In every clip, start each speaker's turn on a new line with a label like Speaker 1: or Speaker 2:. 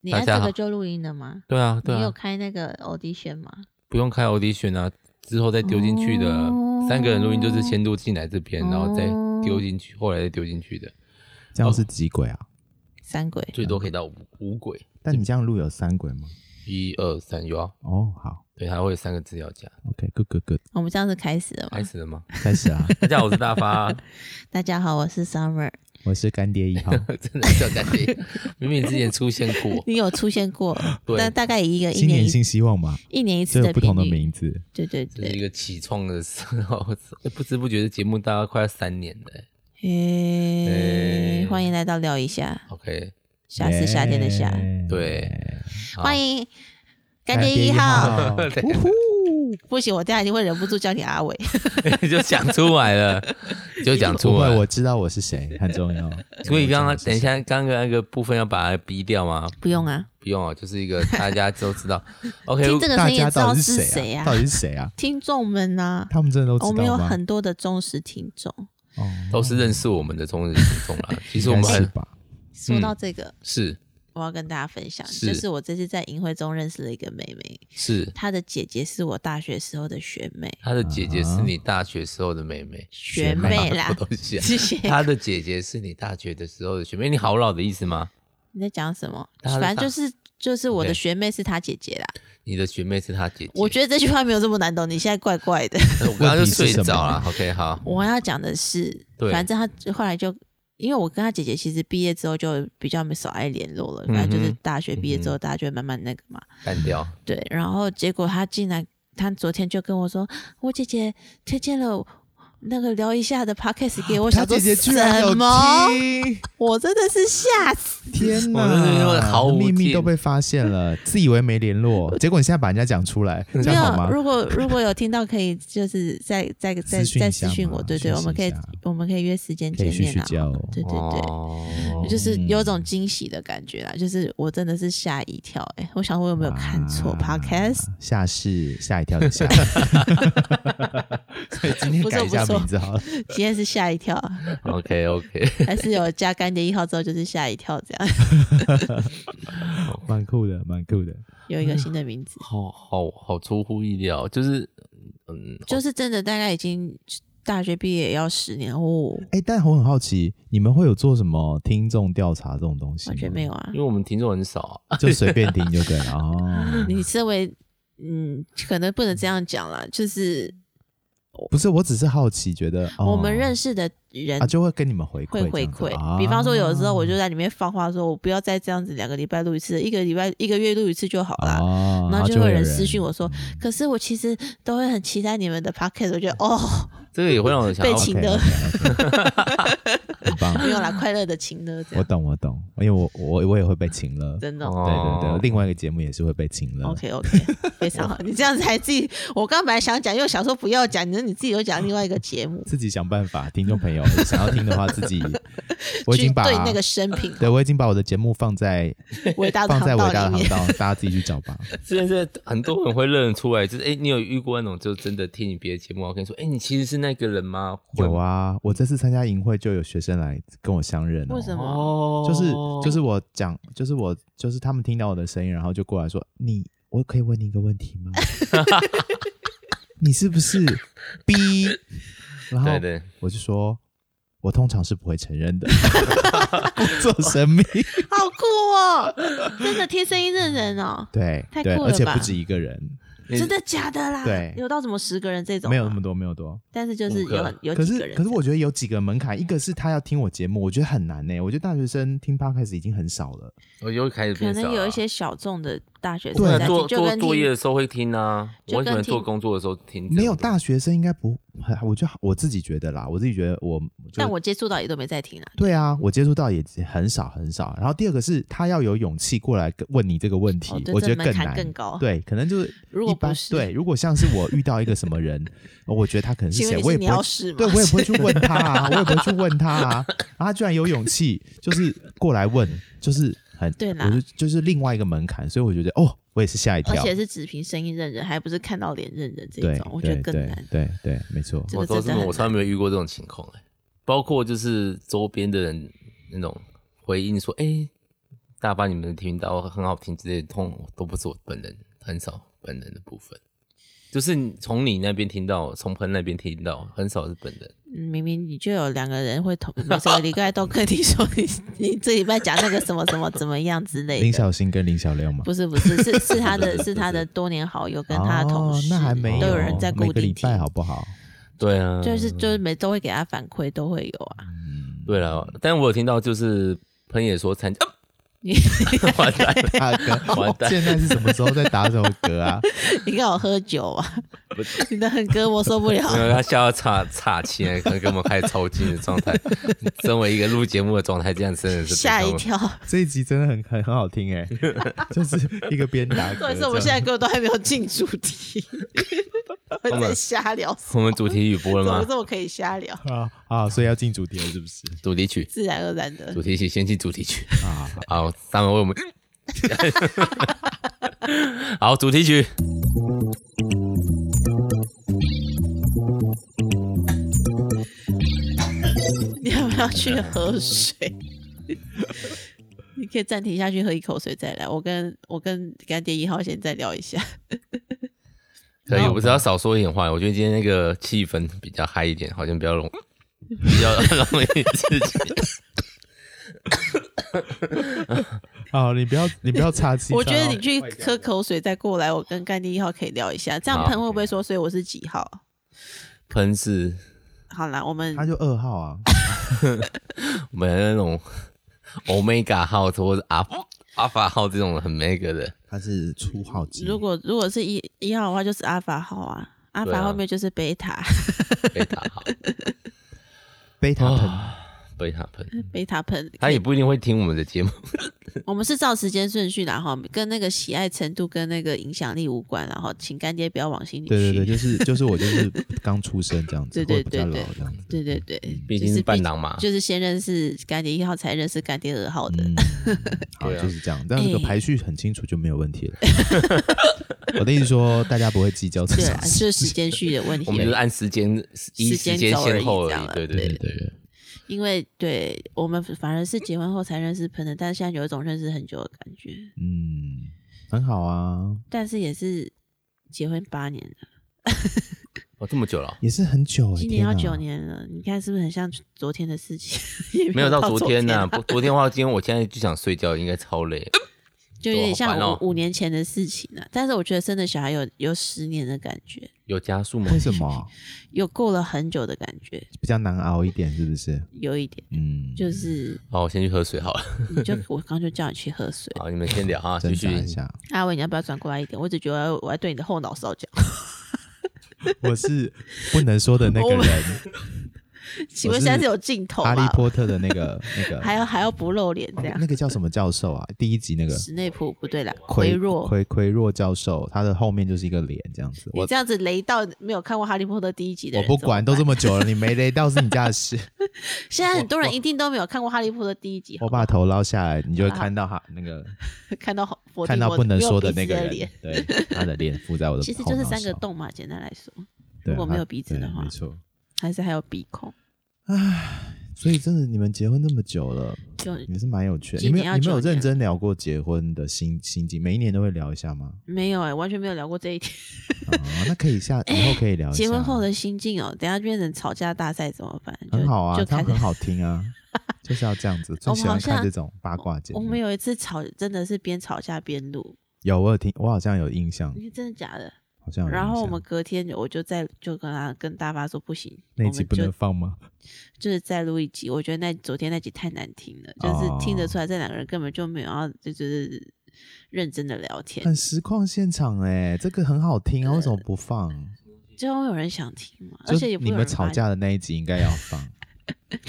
Speaker 1: 你
Speaker 2: 大
Speaker 1: 按
Speaker 2: 家
Speaker 1: 这
Speaker 2: 好
Speaker 1: 个就录音了吗？
Speaker 2: 对啊，对
Speaker 1: 你有
Speaker 2: 啊，
Speaker 1: 开那个 audition 吗？
Speaker 2: 不用开 audition 啊，之后再丢进去的。
Speaker 1: 哦
Speaker 2: 三个人录音就是先录进来这边，然后再丢进去，后来再丢进去的，
Speaker 3: 这样是几轨
Speaker 1: 哦
Speaker 3: 啊？
Speaker 1: 三鬼
Speaker 2: 最多可以到五五轨，
Speaker 3: 但你这样录有三轨吗？
Speaker 2: 一二三有啊，
Speaker 3: 哦，好
Speaker 2: 对，还会有三个资料夹。
Speaker 1: 啊
Speaker 3: ，OK，good good good，
Speaker 1: 我们这样子开始了吗
Speaker 2: 开？始 了吗？
Speaker 3: 开始啊！
Speaker 2: 大家好，我是大发，
Speaker 1: 大家好，我是 Summer。
Speaker 3: 我是干爹一号，
Speaker 2: 真的叫 干爹，明明之前出现过，，
Speaker 1: 你有出现过
Speaker 2: 对
Speaker 1: 但大概以一个一
Speaker 3: 新
Speaker 1: 年
Speaker 3: 年
Speaker 1: 一
Speaker 3: 新希望嘛，
Speaker 1: 一年一次
Speaker 3: 就有不同的
Speaker 1: 频率，
Speaker 3: 名字。
Speaker 1: 对对
Speaker 2: 这是一
Speaker 1: 对。
Speaker 2: 个起创的时候，哎不知不觉的节目大概快要三年了欸、
Speaker 1: 诶
Speaker 2: 诶，
Speaker 1: 欢迎来到聊一下，
Speaker 2: OK，
Speaker 1: 夏是夏天的夏，
Speaker 3: 耶
Speaker 2: 对，好
Speaker 1: 欢迎干爹一号。，
Speaker 2: 对
Speaker 3: 呜呼
Speaker 1: 不行，我等一下一定会忍不住叫你阿伟。
Speaker 2: 就讲出来了，就讲
Speaker 3: 不
Speaker 2: 出来
Speaker 3: 会，
Speaker 2: 了
Speaker 3: 我。知道我是谁，很重要。
Speaker 2: 所以刚刚
Speaker 3: 我
Speaker 2: 等一
Speaker 3: 知道我是谁，
Speaker 2: 下，刚刚那个部分要把它逼掉吗？
Speaker 1: 不用啊，
Speaker 2: 不用啊， 就是一个大家都知 道。OK，
Speaker 1: 听这个
Speaker 3: 大
Speaker 1: 声音也
Speaker 3: 家
Speaker 1: 知道
Speaker 3: 到底
Speaker 1: 是
Speaker 3: 是
Speaker 1: 谁
Speaker 3: 啊？
Speaker 1: 啊
Speaker 3: 到？底是谁啊？
Speaker 1: 听众们呐，
Speaker 3: 他们真的都知道
Speaker 1: 我
Speaker 3: 吗？
Speaker 1: 们有很多的忠实听众。
Speaker 2: 嗯
Speaker 3: 哦哎
Speaker 2: 都是认识我们的中日群众 啦。其实我们
Speaker 3: 应该是
Speaker 1: 哎
Speaker 2: 很
Speaker 3: 吧？
Speaker 1: 说到这个，
Speaker 2: 是
Speaker 1: 我要跟大家分享，
Speaker 2: 是
Speaker 1: 就是我这次在营会中认识了一个妹妹，
Speaker 2: 是，
Speaker 1: 她的姐姐是我大学时候的学 妹，
Speaker 2: 她的姐姐是你大学时候的妹妹，
Speaker 1: 学
Speaker 3: 妹
Speaker 1: 妹啦
Speaker 2: 什么。东西啊？
Speaker 1: 谢谢。
Speaker 2: 她的姐姐是你大学的时候的学妹，你好老的意思吗？
Speaker 1: 你在讲什么？
Speaker 2: 她的
Speaker 1: 反正
Speaker 2: 大
Speaker 1: 就是就是我的
Speaker 2: OK
Speaker 1: 学妹是她姐姐啦。
Speaker 2: 你的学妹是她姐姐，
Speaker 1: 我觉得这句话没有这么难懂，你现在怪怪 的。
Speaker 2: 得我刚刚就
Speaker 3: 问题是
Speaker 2: 睡
Speaker 3: 什么
Speaker 2: 着了。OK，好，
Speaker 1: 我要讲的是，
Speaker 2: 对
Speaker 1: 反正她后来就。因为我跟她姐姐其实毕业之后就比较没少爱联络了，反正就是
Speaker 2: 嗯哼
Speaker 1: 大学毕业之后，大家就会慢慢那个嘛。
Speaker 2: 干掉。
Speaker 1: 对，然后结果他竟然，他昨天就跟我说，我姐姐推荐了那个聊一下的 podcast 给我，
Speaker 3: 他
Speaker 1: 想说
Speaker 3: 姐姐居然有
Speaker 1: 什么？
Speaker 3: 听，
Speaker 1: 我真的是吓死！
Speaker 3: 天
Speaker 2: 我真的是会
Speaker 3: 哪，
Speaker 2: 毫无
Speaker 3: 秘密
Speaker 2: 尽
Speaker 3: 都被发现了，自以为没联络，结果你现在把人家讲出来， 这
Speaker 1: 没
Speaker 3: 样好
Speaker 1: 有，
Speaker 3: 吗？
Speaker 1: 如果如果有听到，可以就是再再再
Speaker 3: 私讯
Speaker 1: 再
Speaker 3: 一
Speaker 1: 私
Speaker 3: 下
Speaker 1: 讯
Speaker 3: 嘛
Speaker 1: 我，对对，
Speaker 3: 讯
Speaker 1: 我们
Speaker 3: 息
Speaker 1: 可
Speaker 3: 一
Speaker 1: 以
Speaker 3: 下
Speaker 1: 我们可以约时间
Speaker 3: 可以
Speaker 1: 见
Speaker 3: 叙
Speaker 1: 面
Speaker 3: 叙
Speaker 1: 啊，
Speaker 3: 旧，
Speaker 1: 对对对。
Speaker 2: 对
Speaker 1: 就是
Speaker 3: 哦嗯
Speaker 1: 有种惊喜的感觉啦，就是我真的是吓一跳哎、我想我有没有看
Speaker 3: 啊
Speaker 1: 错 podcast？
Speaker 3: 哇吓是吓一跳的吓， 所以今天
Speaker 1: 不错
Speaker 3: 改一下
Speaker 1: 不错
Speaker 3: 名字好了。
Speaker 1: 今天是吓一跳啊，
Speaker 2: OK OK，
Speaker 1: 还是有加干爹一号之后就是吓一跳这样，
Speaker 3: 蛮酷的，蛮酷的。
Speaker 1: 有一个新的名字。
Speaker 2: 好好好出乎意料，就是嗯，
Speaker 1: 就是真的大概已经大学毕业也要十年哦，
Speaker 3: 哎、但我很好奇，你们会有做什么听众调查这种东西？
Speaker 1: 完全没，有啊
Speaker 2: 因。为我们听众很少啊，
Speaker 3: 就随便听就对 了。哦，
Speaker 1: 你身为嗯，可能不能这样讲啦，就是
Speaker 3: 不是，我只是好奇，觉得、哦、
Speaker 1: 我们认识的人
Speaker 3: 啊，就会跟你们回馈这
Speaker 1: 会
Speaker 3: 样子，
Speaker 1: 回馈，
Speaker 3: 啊
Speaker 1: 比方说有时候我就在里面放话说，我不要再这样子两个礼拜录一次，一个礼拜一个月录一次就好啦。
Speaker 3: 哦，
Speaker 1: 啊然后就
Speaker 3: 会
Speaker 1: 会有
Speaker 3: 有嗯
Speaker 1: 人私讯我说，可是我其实都会很期待你们的 p o c k e t 我觉得哦，
Speaker 3: 啊
Speaker 2: 这个也会让我想
Speaker 1: 被
Speaker 2: 到
Speaker 1: 请
Speaker 3: OK，OK，OK
Speaker 1: 的
Speaker 3: 很棒，
Speaker 1: 没有啦，快乐的情呢，这
Speaker 3: 我
Speaker 1: 样
Speaker 3: 懂，我懂，因为我我我也会被请了。
Speaker 1: 真的、
Speaker 3: 对对对，
Speaker 2: 哦
Speaker 3: 另外一个节目也是会被请了。
Speaker 1: OK OK，非常好。你这样子还自己，我刚本来想讲，又想说不要讲，你说你自己有讲另外一个节目，
Speaker 3: 自己想办法，听众朋友 想要听的话，自 己 我已
Speaker 1: 去
Speaker 3: 经把
Speaker 1: 对那个生平
Speaker 3: 对我已经把我的节目 放在
Speaker 1: 伟大的
Speaker 3: 放
Speaker 1: 航
Speaker 3: 在伟大
Speaker 1: 道
Speaker 3: 的
Speaker 1: 里面。
Speaker 3: 航道，大家自己去找 吧。
Speaker 2: 现在很多人会认得出来，就是哎、诶你有遇过那种就真的听你别的节目，然后跟你说，哎、你其实是那个人吗？会
Speaker 3: 有啊，我这次参加营会就有学生来跟我相认、哦。
Speaker 1: 为什么？
Speaker 2: 哦，
Speaker 3: 就是就是我讲，就是我就是他们听到我的声音，然后就过来说：“你，我可以问你一个问题 吗？你是不是 B？” 然后
Speaker 2: 对对，
Speaker 3: 我就说：“我通常是不会承认的， 故作 神秘。
Speaker 1: 好酷哦！真的听声音认人哦”，
Speaker 3: 对
Speaker 1: 太
Speaker 3: 对，
Speaker 1: 酷了
Speaker 3: 而且
Speaker 1: 吧
Speaker 3: 不止一个人，
Speaker 2: 你
Speaker 1: 真的假的啦？
Speaker 3: 对
Speaker 1: 有到什么十个人这种？啊
Speaker 3: 没有那么，多，没有多。
Speaker 1: 但是就是
Speaker 2: 五个
Speaker 1: 有很有
Speaker 3: 可
Speaker 1: 几
Speaker 3: 是
Speaker 1: 个人。嗯
Speaker 3: 可是我觉得有几个门槛，一个是他要听我节目，我觉得很难欸呢、我觉得大学生听 podcast 已经很少了。
Speaker 2: 我又开始
Speaker 1: 可
Speaker 2: 变少了
Speaker 1: 能有一些小众的大学生
Speaker 3: 对啊
Speaker 2: 对
Speaker 1: 在
Speaker 2: 做
Speaker 1: 听，就
Speaker 2: 做
Speaker 1: 跟
Speaker 2: 作业
Speaker 1: 听
Speaker 2: 的时候会听啊，
Speaker 1: 就
Speaker 2: 我很喜
Speaker 1: 跟
Speaker 2: 欢做
Speaker 1: 听
Speaker 2: 工作的时候听这种东西，
Speaker 3: 没有大学生应该不，我就我自己觉得啦，我自己觉得我就
Speaker 1: 但我接触到也都没在听啦。
Speaker 3: 对啊，我接触到也很少很少。然后第二个是他要有勇气过来跟问你这个问题，
Speaker 1: 哦对
Speaker 3: 我觉
Speaker 1: 这
Speaker 3: 得
Speaker 1: 门
Speaker 3: 更
Speaker 1: 槛
Speaker 3: 难，
Speaker 1: 更高
Speaker 3: 对，可能就是
Speaker 1: 如果
Speaker 3: 一般
Speaker 1: 不是
Speaker 3: 对，如果像是我遇到一个什 么人，呃我觉得他可能是
Speaker 1: 请问
Speaker 3: 谁，
Speaker 1: 你
Speaker 3: 我
Speaker 1: 是
Speaker 3: 也不
Speaker 1: 鸟屎吗？
Speaker 3: 会，对我也不会去问他啊，我也不会去问他啊。然后他居然有勇气，就是过来问，就是很
Speaker 1: 对啦
Speaker 3: 我就就是另外一个门槛，所以我觉得哦，我也是吓一
Speaker 1: 而
Speaker 3: 跳，
Speaker 1: 且是只凭声音认人，还不是看到脸认人这
Speaker 3: 对
Speaker 1: 种，，我觉
Speaker 3: 对
Speaker 1: 得更
Speaker 3: 对
Speaker 1: 难。
Speaker 3: 对对，没错，
Speaker 1: 这
Speaker 2: 我
Speaker 1: 个
Speaker 2: 说
Speaker 1: 真的
Speaker 2: 真的，
Speaker 1: 很
Speaker 2: 我从来没有遇过这种情况欸哎、包括就是周边的人那种回应说，哎、大家把你们听到很好听之类的，通都不是我本人，很少本人的部分，就是你从你那边听到，从朋友那边听到，很少是本人。
Speaker 1: 嗯明明你就有两个人会同每个礼拜都跟你说你你这礼拜讲那个什么什么怎么样之类
Speaker 3: 林
Speaker 1: 的。
Speaker 3: 小新跟林小亮嘛，
Speaker 1: 不是不是是是他
Speaker 2: 不是
Speaker 1: 的
Speaker 2: 不是
Speaker 1: 是他的多年好友跟他的同
Speaker 3: 哦
Speaker 1: 事，，
Speaker 3: 那还没
Speaker 1: 都
Speaker 3: 有
Speaker 1: 有人在固
Speaker 3: 每个
Speaker 1: 定
Speaker 3: 礼
Speaker 1: 听
Speaker 3: 拜，好 不好？
Speaker 2: 对啊，
Speaker 1: 就是就是每都会给他反馈，都会有啊。
Speaker 2: 对了，但我有听到就是朋友说参加，
Speaker 1: 你
Speaker 2: 完蛋 了，
Speaker 3: 大哥，
Speaker 2: 完蛋
Speaker 3: 现在是什么时候在打这首歌啊？
Speaker 1: 你看我喝酒啊
Speaker 2: 不，
Speaker 1: 你的很歌我受不了。
Speaker 2: 没有他笑到岔岔气，可能跟我们开始抽筋的状态。身为一个录节目的状态，这样真的是
Speaker 1: 吓一
Speaker 2: 不知道
Speaker 1: 跳！
Speaker 3: 这一集真的很很很好听哎，就是一个边打
Speaker 1: 重
Speaker 3: 嗝
Speaker 1: 点是
Speaker 3: 这
Speaker 1: 我们现在
Speaker 3: 样。
Speaker 1: 根本都还没有进主题， 我们在瞎聊，
Speaker 2: 我们主题语播
Speaker 1: 怎
Speaker 2: 了
Speaker 1: 么
Speaker 2: 吗？
Speaker 1: 这么可以瞎聊？
Speaker 3: 啊啊，所以要进主题了是不是？
Speaker 2: 主题曲，
Speaker 1: 自然而然的
Speaker 2: 主，题曲，先进主题曲。
Speaker 3: 啊，
Speaker 2: 好，三文为我们。嗯 好，主题曲。
Speaker 1: 你要不要去喝水？你可以暂停一下去喝一口水再来。我跟我跟干爹一号先再聊一 下。
Speaker 2: 可以，
Speaker 3: 那我
Speaker 2: 我只要少说一点话。我觉得今天那个气氛比较嗨一点，好像比 较容比较容易自己。
Speaker 3: 好，你不要你不要插气，
Speaker 1: 我觉得你
Speaker 3: 插
Speaker 1: 去喝口水再过来，我跟干爹一号可以聊一下。这样
Speaker 2: 好
Speaker 1: 喷会不会说？所以我是几号？
Speaker 2: 喷是
Speaker 1: 好啦，我们
Speaker 3: 到他就二号啊，
Speaker 2: 我们那种 omega 号或者 alpha alpha 号这种很那个的，
Speaker 3: 他是初号机。
Speaker 1: 如果如果是一一号的话，就是阿法号啊，阿
Speaker 2: 对
Speaker 1: 法
Speaker 2: 啊
Speaker 1: 后面就是贝塔，
Speaker 2: 贝塔号，
Speaker 3: 贝塔喷
Speaker 2: 贝塔喷，
Speaker 1: 贝塔喷。
Speaker 2: 他也不一定会听我们的节目。
Speaker 1: 我们是照时间顺序啦，然后跟那个喜爱程度跟那个影响力无关啦，然后请干爹不要往心里去。
Speaker 3: 对对对，就是就是我就是刚出生这样子，
Speaker 1: 对对
Speaker 3: 或者比较
Speaker 1: 对对
Speaker 3: 老这样子。
Speaker 1: 对对对
Speaker 2: 毕
Speaker 1: 就
Speaker 2: 竟是
Speaker 1: 毕
Speaker 2: 伴郎嘛
Speaker 1: 就是先认识干爹一号，才认识干爹二号的。
Speaker 3: 嗯，好，
Speaker 2: 对啊
Speaker 3: 就是这样。但这个
Speaker 1: 哎
Speaker 3: 排序很清楚就没有问题了。我的意思说，大家不会计较这
Speaker 1: 对
Speaker 3: 种
Speaker 1: 啊，
Speaker 3: 事。
Speaker 1: 就是时间序的问题
Speaker 2: 我们就是按时间依时
Speaker 1: 时间
Speaker 2: 间
Speaker 1: 走而已
Speaker 2: 先后
Speaker 1: 这样
Speaker 2: 而
Speaker 1: 了
Speaker 2: 已。对对对
Speaker 1: 对
Speaker 2: 对对，
Speaker 1: 因为对我们反而是结婚后才认识喷的，但是现在有一种认识很久的感觉，
Speaker 3: 嗯，很好啊，
Speaker 1: 但是也是结婚八年了，
Speaker 2: 哦，这么久了。
Speaker 3: 也是很
Speaker 2: 哦
Speaker 3: 久欸，
Speaker 1: 今年要
Speaker 3: 天啊
Speaker 1: 九。年了，你看是不是很像昨天的事情？ 也
Speaker 2: 没有到昨天
Speaker 1: 呢、
Speaker 3: 啊
Speaker 2: 呐、不，昨天的话，今天我现在就想睡觉，应该超累。
Speaker 1: 就有点像
Speaker 2: 好烦哦
Speaker 1: 五五年前的事情了、但是我觉得生的小孩有有十年的感觉，
Speaker 2: 有加速吗
Speaker 3: 为？什么
Speaker 1: 有过了很久的感觉，
Speaker 3: 比较难熬一点？是不是？
Speaker 1: 有一点
Speaker 3: 嗯，
Speaker 1: 就是
Speaker 2: 好，我先去喝水好了。
Speaker 1: 你就 我刚就叫你去喝水，
Speaker 2: 好，你们先聊啊，
Speaker 3: 挣
Speaker 2: 继续
Speaker 3: 扎。一下。
Speaker 1: 阿伟你要不要转过来一点？我只觉得我要我要对你的后脑勺讲，
Speaker 3: 我是不能说的那个人，
Speaker 1: 请问现在是有镜头
Speaker 3: 哈利
Speaker 1: 吗？
Speaker 3: 波特的那个那个，哦
Speaker 1: 还要还要不露脸这样
Speaker 3: 那？个叫什么教授啊？第一集那个
Speaker 1: 史内普不对啦，
Speaker 3: 奎
Speaker 1: 奎若，
Speaker 3: 奎奎若教授，他的后面就是一个脸这样子。
Speaker 1: 你
Speaker 3: 我
Speaker 1: 这样子雷到没有看过《哈利波特》第一集的
Speaker 3: 我
Speaker 1: 人，
Speaker 3: 不管，都这
Speaker 1: 么啊
Speaker 3: 么久了，你没雷到是你家 的事。
Speaker 1: 办。现在很多人一定都没有看过《哈利波特》第一集，
Speaker 3: 我
Speaker 1: 好不好
Speaker 3: 把头捞下来，你就会看到他 那个
Speaker 1: 看到佛地魔
Speaker 3: 看到不能说那
Speaker 1: 没有
Speaker 3: 个
Speaker 1: 鼻子的
Speaker 3: 人
Speaker 1: 脸，，
Speaker 3: 对，他的脸附在我的
Speaker 1: 其实
Speaker 3: 后
Speaker 1: 就是
Speaker 3: 脑
Speaker 1: 三个
Speaker 3: 勺，
Speaker 1: 洞嘛，简单来说。
Speaker 3: 对
Speaker 1: 如果没
Speaker 3: 他
Speaker 1: 有鼻子的
Speaker 3: 对
Speaker 1: 话
Speaker 3: 没错。
Speaker 1: 还是还有鼻孔，
Speaker 3: 所以真的，你们结婚那么久了，
Speaker 1: 就
Speaker 3: 也是蛮有趣的。你
Speaker 1: 今
Speaker 3: 们
Speaker 1: 年
Speaker 3: 有
Speaker 1: 要
Speaker 3: 你们有
Speaker 1: 九年
Speaker 3: 认真聊过结婚的心心境？每一年都会聊一 下吗？
Speaker 1: 没有哎、完全没有聊过这一点。
Speaker 3: 啊，那可以下以后可以聊一下。
Speaker 1: 结婚后的心境哦、等一下变成吵架大赛怎么办？就
Speaker 3: 很好啊，
Speaker 1: 就
Speaker 3: 他
Speaker 1: 开始
Speaker 3: 们很。好听啊，就是要这样 子，最喜欢
Speaker 1: 我们好
Speaker 3: 看
Speaker 1: 像
Speaker 3: 这种八卦节
Speaker 1: 我
Speaker 3: 目
Speaker 1: 们。有一次吵，真的是边吵架边录，
Speaker 3: 有我有听，我好像有印象，
Speaker 1: 你真的假的？
Speaker 3: 好像有印象。
Speaker 1: 然后我们隔天我就在就跟他跟大发说不行，我
Speaker 3: 那一
Speaker 1: 们
Speaker 3: 集不能
Speaker 1: 就
Speaker 3: 放吗？
Speaker 1: 就是再录一集。我觉得那昨天那集太难听了，就是听得
Speaker 3: 哦
Speaker 1: 出来这两个人根本就没有要就就是认真的聊天，
Speaker 3: 很实况现场哎、这个很好听啊，为什么不放？
Speaker 1: 就会有人想听嘛，
Speaker 3: 就
Speaker 1: 而且也不会
Speaker 3: 你
Speaker 1: 有人
Speaker 3: 们吵
Speaker 1: 发
Speaker 3: 架的那一集应该要 放，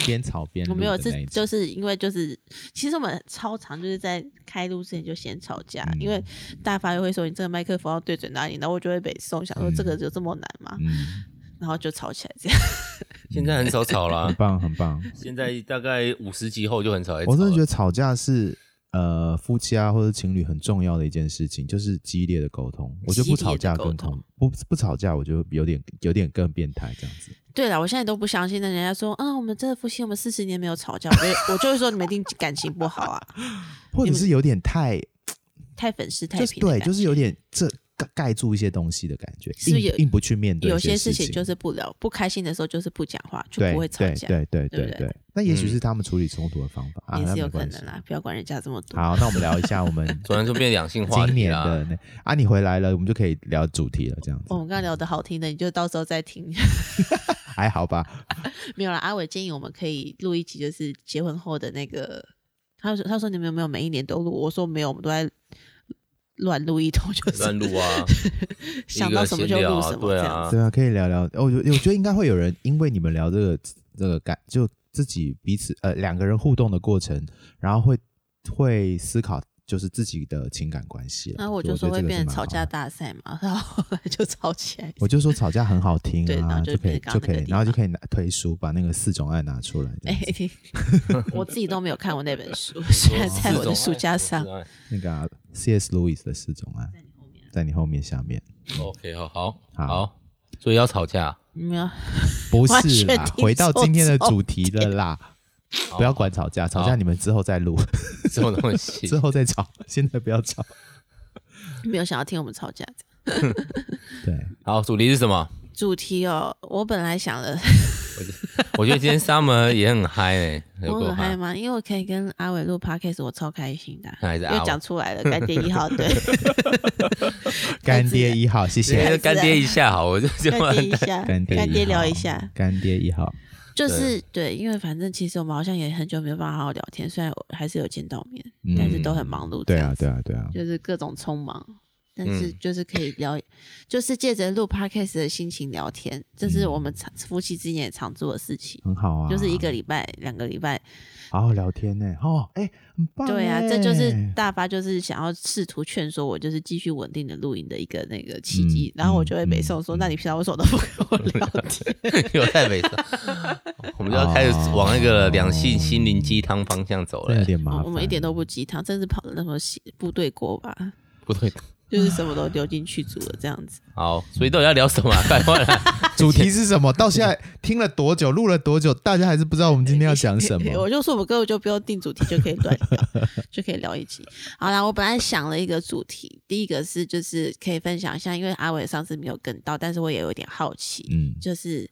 Speaker 3: 边吵边
Speaker 1: 我
Speaker 3: 录
Speaker 1: 没有，
Speaker 3: 的那
Speaker 1: 是
Speaker 3: 一集
Speaker 1: 就。是因为就是，其实我们超常就是在开录之前就先吵架，因为
Speaker 3: 嗯
Speaker 1: 大发又会说你这个麦克风要对准哪里，然后我就会被送，想说
Speaker 3: 嗯
Speaker 1: 这个有这么难吗？
Speaker 3: 嗯，
Speaker 1: 然后就吵起来这样。
Speaker 2: 现在很少吵
Speaker 3: 很
Speaker 2: 啦，
Speaker 3: 棒很棒。
Speaker 2: 现在大概五十集后就很少在吵了。
Speaker 3: 我真的觉得吵架是呃夫妻啊或者情侣很重要的一件事情，就是激烈的沟通。我觉得不吵架更
Speaker 1: 激烈的沟
Speaker 3: 通，不不吵架，我觉得有点有点更变态这样子。
Speaker 1: 对了，我现在都不相信那人家说啊，我们这个夫妻我们四十年没有吵架，我就我就会说你们一 定感情不好啊，
Speaker 3: 或者是有点太，
Speaker 1: 太粉饰太
Speaker 3: 就是
Speaker 1: 平的感
Speaker 3: 对，
Speaker 1: 觉。
Speaker 3: 就是有点这盖盖住一些东西的感觉，
Speaker 1: 是不是
Speaker 3: 硬
Speaker 1: 有
Speaker 3: 硬不去面对
Speaker 1: 有
Speaker 3: 一
Speaker 1: 些
Speaker 3: 些
Speaker 1: 事
Speaker 3: 情
Speaker 1: 情就是不聊，不开心的时候就是不讲话，就
Speaker 3: 对
Speaker 1: 不会吵架，
Speaker 3: 对对
Speaker 1: 对
Speaker 3: 对
Speaker 1: 不对
Speaker 3: 对。那也许
Speaker 2: 嗯
Speaker 3: 是他们处理冲突的方法啊，
Speaker 1: 也
Speaker 3: 那
Speaker 1: 是
Speaker 3: 没
Speaker 1: 有可
Speaker 3: 关系
Speaker 1: 能。啊啦。不要管人家这么多。
Speaker 3: 好，那我们聊一下我 们
Speaker 2: 突然就变两性话
Speaker 3: 今
Speaker 2: 题
Speaker 3: 年
Speaker 2: 啦。
Speaker 3: 的那啊，你回来了，我们就可以聊主题了，这样子
Speaker 1: 哦我们刚刚聊的好听的，你就到时候再听。
Speaker 3: 还好吧？
Speaker 1: 没有啦，阿伟建议我们可以录一集，就是结婚后的那个。他说：“他说你们有没有每一年都录？”我说：“没有，我们都在乱录一通， 就是
Speaker 2: 乱录 啊，
Speaker 1: 想到什么就录什么
Speaker 2: 对
Speaker 1: 这样
Speaker 2: 啊
Speaker 1: 子。，
Speaker 3: 对啊，可以聊聊。哦我觉得我觉得应该会有人因为你们聊这个这个感，就自己彼此呃两个人互动的过程，然后会会思考就是自己的情感关系了。
Speaker 1: 然后我
Speaker 3: 所以
Speaker 1: 就
Speaker 3: 觉
Speaker 1: 说
Speaker 3: 得
Speaker 1: 会
Speaker 3: 这个
Speaker 1: 变
Speaker 3: 是
Speaker 1: 成
Speaker 3: 蛮
Speaker 1: 吵
Speaker 3: 好
Speaker 1: 架
Speaker 3: 的
Speaker 1: 大赛嘛，然后后来就吵起来。
Speaker 3: 我就说吵架很好听
Speaker 1: 对然
Speaker 3: 啊，
Speaker 1: 后就
Speaker 3: 可以
Speaker 1: 变成刚
Speaker 3: 就
Speaker 1: 刚
Speaker 3: 可
Speaker 1: 那
Speaker 3: 以
Speaker 1: 个，地
Speaker 3: 然后就
Speaker 1: 方
Speaker 3: 可以拿推书把那个四种爱拿出来。这
Speaker 1: 哎
Speaker 3: 样子、
Speaker 1: 我自己都没有看过那本书，虽然在哦我的书架上。
Speaker 3: 那个、啊、C.S. Lewis 的四种爱，在你后面下面
Speaker 2: OK，好好
Speaker 3: 好
Speaker 2: 好，所以要吵架，
Speaker 1: 没有，
Speaker 3: 不
Speaker 1: 完
Speaker 3: 是
Speaker 1: 全
Speaker 3: 啦，
Speaker 1: 听
Speaker 3: 回到
Speaker 1: 错
Speaker 3: 今天的
Speaker 1: 重
Speaker 3: 主题了啦，不要管吵架，吵架
Speaker 2: 好
Speaker 3: 你们之后再录，
Speaker 2: 什么东西
Speaker 3: 之。后再吵， 现在不要吵。
Speaker 1: 没有想要听我们吵架。
Speaker 3: 对，
Speaker 2: 好，主题是什么？
Speaker 1: 主题哦，我本来想了，
Speaker 2: 我觉得今天 Summer 也很嗨诶，有
Speaker 1: 我
Speaker 2: 够
Speaker 1: 很嗨
Speaker 2: 嗨。
Speaker 1: 吗？因为我可以跟阿伟录 podcast，我超开心的啊。
Speaker 2: 还是阿
Speaker 1: 又
Speaker 2: 伟
Speaker 1: 讲出来了，干爹一 号对，
Speaker 3: 干爹一号，谢
Speaker 2: 今天
Speaker 3: 谢
Speaker 2: 就干爹一下好，我就就
Speaker 1: 干爹一下，
Speaker 3: 干爹，
Speaker 1: 干爹聊一下，，
Speaker 3: 干爹一号，
Speaker 1: 就是对，啊因为反正其实我们好像也很久没有办法好好聊天，虽然我还是有见到面，
Speaker 3: 嗯
Speaker 1: 但是都很忙碌，
Speaker 3: 对啊，，对啊，对啊，
Speaker 1: 就是各种匆忙，但是
Speaker 2: 嗯
Speaker 1: 就是可以聊，就是借着录 podcast 的心情聊天，这是我
Speaker 3: 嗯
Speaker 1: 们常夫妻之间也常做的事情。
Speaker 3: 很好啊，
Speaker 1: 就是一个礼拜、两个礼拜，
Speaker 3: 好好聊天呢，哦，哎，很棒欸，
Speaker 1: 对啊，这就是大发就是想要试图劝说我，就是继续稳定的录音的一个那个契机。
Speaker 3: 嗯
Speaker 1: 然后我
Speaker 3: 嗯
Speaker 1: 就会北
Speaker 3: 嗯
Speaker 1: 宋说：“
Speaker 3: 嗯
Speaker 1: 那你平常为什么都不跟我聊 天？”
Speaker 2: 有太悲伤。我们就要开始往那个两性心灵鸡汤方向走
Speaker 3: 这有
Speaker 2: 了。
Speaker 3: 点麻烦，
Speaker 1: 我们一点都不鸡汤，真是跑到那么西部队锅吧，
Speaker 2: 不对，
Speaker 1: 就是什么都丢进去煮了这样子。
Speaker 2: 好，所以到底要聊 什么啊？快快来，
Speaker 3: 主题是什么？到现在听了多久，录了多久，大家还是不知道我们今天要讲什么
Speaker 1: 我。就说我们根本就不用定主题就可以乱 聊，就可以聊一集。好啦，我本来想了一个主题，第一个是就是可以分享一下，因为阿伟上次没有跟到，但是我也有点好奇，
Speaker 3: 嗯，
Speaker 1: 就是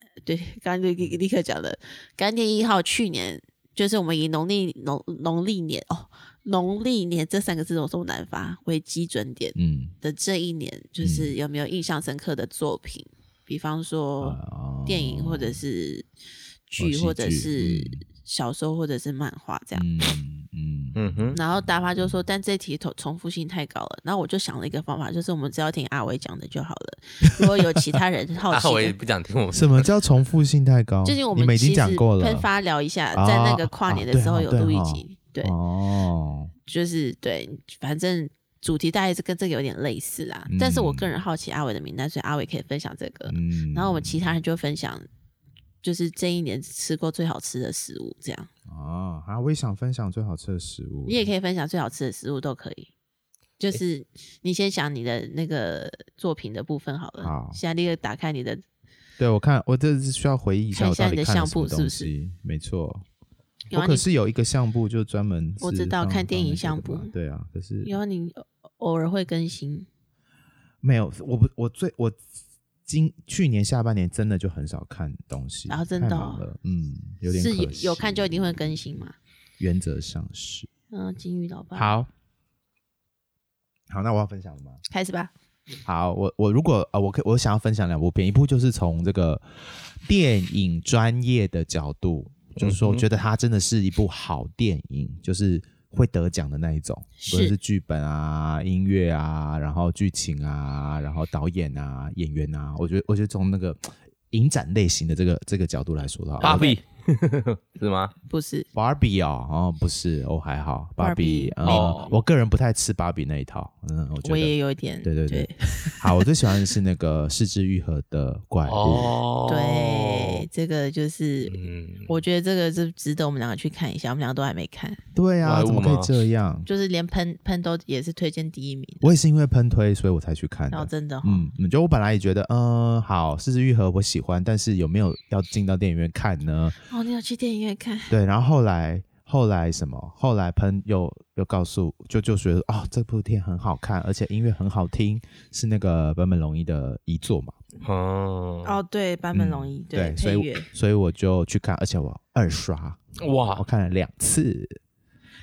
Speaker 1: 呃对，刚刚就立立刻讲了，干爹一号去年就是我们以农历农农历年哦，农历年这三个字我说难发为基准点
Speaker 3: 嗯，
Speaker 1: 的这一年，就是有没有印象深刻的作品？比方说
Speaker 3: 哦
Speaker 1: 电影，或者是剧，
Speaker 3: 戏
Speaker 1: 或者
Speaker 3: 剧
Speaker 1: 是
Speaker 3: 嗯
Speaker 1: 小说，或者是漫画这样。
Speaker 3: 嗯嗯
Speaker 2: 嗯哼，
Speaker 1: 然后达发就说，但这题重重复性太高了。然后我就想了一个方法，就是我们只要听阿伟讲的就好了。如果有其他 人好
Speaker 2: 阿
Speaker 1: 奇
Speaker 2: 伟
Speaker 1: 的，
Speaker 2: 不想听我们
Speaker 3: 什么叫重复性太高？
Speaker 1: 最近我
Speaker 3: 哦你
Speaker 1: 们
Speaker 3: 们已
Speaker 1: 其
Speaker 3: 经
Speaker 1: 实
Speaker 3: 讲过了
Speaker 1: 喷发聊一下，
Speaker 3: 啊
Speaker 1: 在那个跨
Speaker 3: 啊
Speaker 1: 年的
Speaker 3: 对
Speaker 1: 时候
Speaker 3: 哦
Speaker 1: 有
Speaker 3: 对
Speaker 1: 录一
Speaker 3: 哦
Speaker 1: 集，对，
Speaker 3: 哦，
Speaker 1: 就是对，反正主题大概是跟这个有点类似啦。但是我个人好奇阿伟的名单，所以阿伟可以分享这个。
Speaker 3: 嗯
Speaker 1: 然后我们其他人就分享，就是这一年吃过最好吃的食物，这样
Speaker 3: 哦，啊，我也想分享最好吃的食物，
Speaker 1: 你也可以分享最好吃的食物都可以。就是你先想你的那个作品的部分好了，
Speaker 3: 好
Speaker 1: 现在立刻打开你的，
Speaker 3: 对我看，我这是需要回忆一下
Speaker 1: 看一
Speaker 3: 我
Speaker 1: 下
Speaker 3: 到
Speaker 1: 你
Speaker 3: 底
Speaker 1: 的
Speaker 3: 看了
Speaker 1: 相
Speaker 3: 什么
Speaker 1: 簿是不
Speaker 3: 东
Speaker 1: 是
Speaker 3: 西，没错。
Speaker 1: 有
Speaker 3: 我
Speaker 1: 啊
Speaker 3: 可
Speaker 1: 你
Speaker 3: 是有一个相簿，就专门
Speaker 1: 我
Speaker 3: 是
Speaker 1: 知道
Speaker 3: 放
Speaker 1: 看
Speaker 3: 放
Speaker 1: 电
Speaker 3: 那
Speaker 1: 影
Speaker 3: 个的
Speaker 1: 相
Speaker 3: 吧
Speaker 1: 簿
Speaker 3: 对啊，可是
Speaker 1: 然后你偶偶尔会更新，
Speaker 3: 没有，我不，我最我今去年下半年真的就很少看东西，
Speaker 1: 啊真
Speaker 3: 太
Speaker 1: 的
Speaker 3: 忙
Speaker 1: 哦
Speaker 3: 了，嗯，有点
Speaker 1: 是
Speaker 3: 可
Speaker 1: 有有
Speaker 3: 惜
Speaker 1: 看就一定会更新嘛？
Speaker 3: 原则上是
Speaker 1: 嗯，金鱼老爸，，
Speaker 3: 好。好，那我要分享了吗？
Speaker 1: 开始吧。
Speaker 3: 好，我我如果啊、呃我可我想要分享两部片，一部就是从这个电影专业的角度，就是说，
Speaker 2: 嗯
Speaker 3: 我
Speaker 2: 哼
Speaker 3: 觉得它真的是一部好电影，就是会得奖的那一种，
Speaker 1: 是
Speaker 3: 无论是剧本啊、音乐啊，然后剧情啊，然后导演啊、演员啊，我觉得我觉得从那个。影展类型的这个这个角度来说的话，
Speaker 2: 芭
Speaker 3: 我
Speaker 2: 比， 是吗？
Speaker 1: 不是
Speaker 3: 芭比哦，哦不是，哦还好，芭比
Speaker 1: Barbie，
Speaker 3: 嗯
Speaker 2: 哦
Speaker 3: 我个人不太吃芭比那一套，嗯，我觉
Speaker 1: 我也
Speaker 3: 得
Speaker 1: 有一点
Speaker 3: 对对对好，我最喜欢的是那个四肢愈合的怪物，
Speaker 2: 哦，
Speaker 1: 对，，这个就是
Speaker 2: 嗯，
Speaker 1: 我觉得这个是值得我们两个去看一下，我们两个都还没看，
Speaker 3: 对
Speaker 2: 怪
Speaker 3: 啊，
Speaker 2: 物
Speaker 3: 怎么可
Speaker 2: 吗
Speaker 3: 以这样？
Speaker 1: 就是连喷喷都也是推荐第一名，
Speaker 3: 我也是因为喷推，所以我才去看
Speaker 1: 然后哦
Speaker 3: 的。
Speaker 1: 真的哈，
Speaker 3: 嗯，嗯就我本来也觉得，嗯，好，四肢愈合我喜欢，但是有没有要进到电影院看呢？
Speaker 1: 哦，你有去电影院看？
Speaker 3: 对，然后后来后来什么？后来喷又又告诉就就觉得哦，这部片很好看，而且音乐很好听，是那个坂本龙一的遗作嘛。
Speaker 2: 哦，
Speaker 1: 哦，对，坂本龙一
Speaker 3: 嗯
Speaker 1: 对
Speaker 3: 对，所
Speaker 1: 配
Speaker 3: 以
Speaker 1: 乐
Speaker 3: 我，所以我就去看，而且我二刷，我
Speaker 2: 哇，
Speaker 3: 看了两次，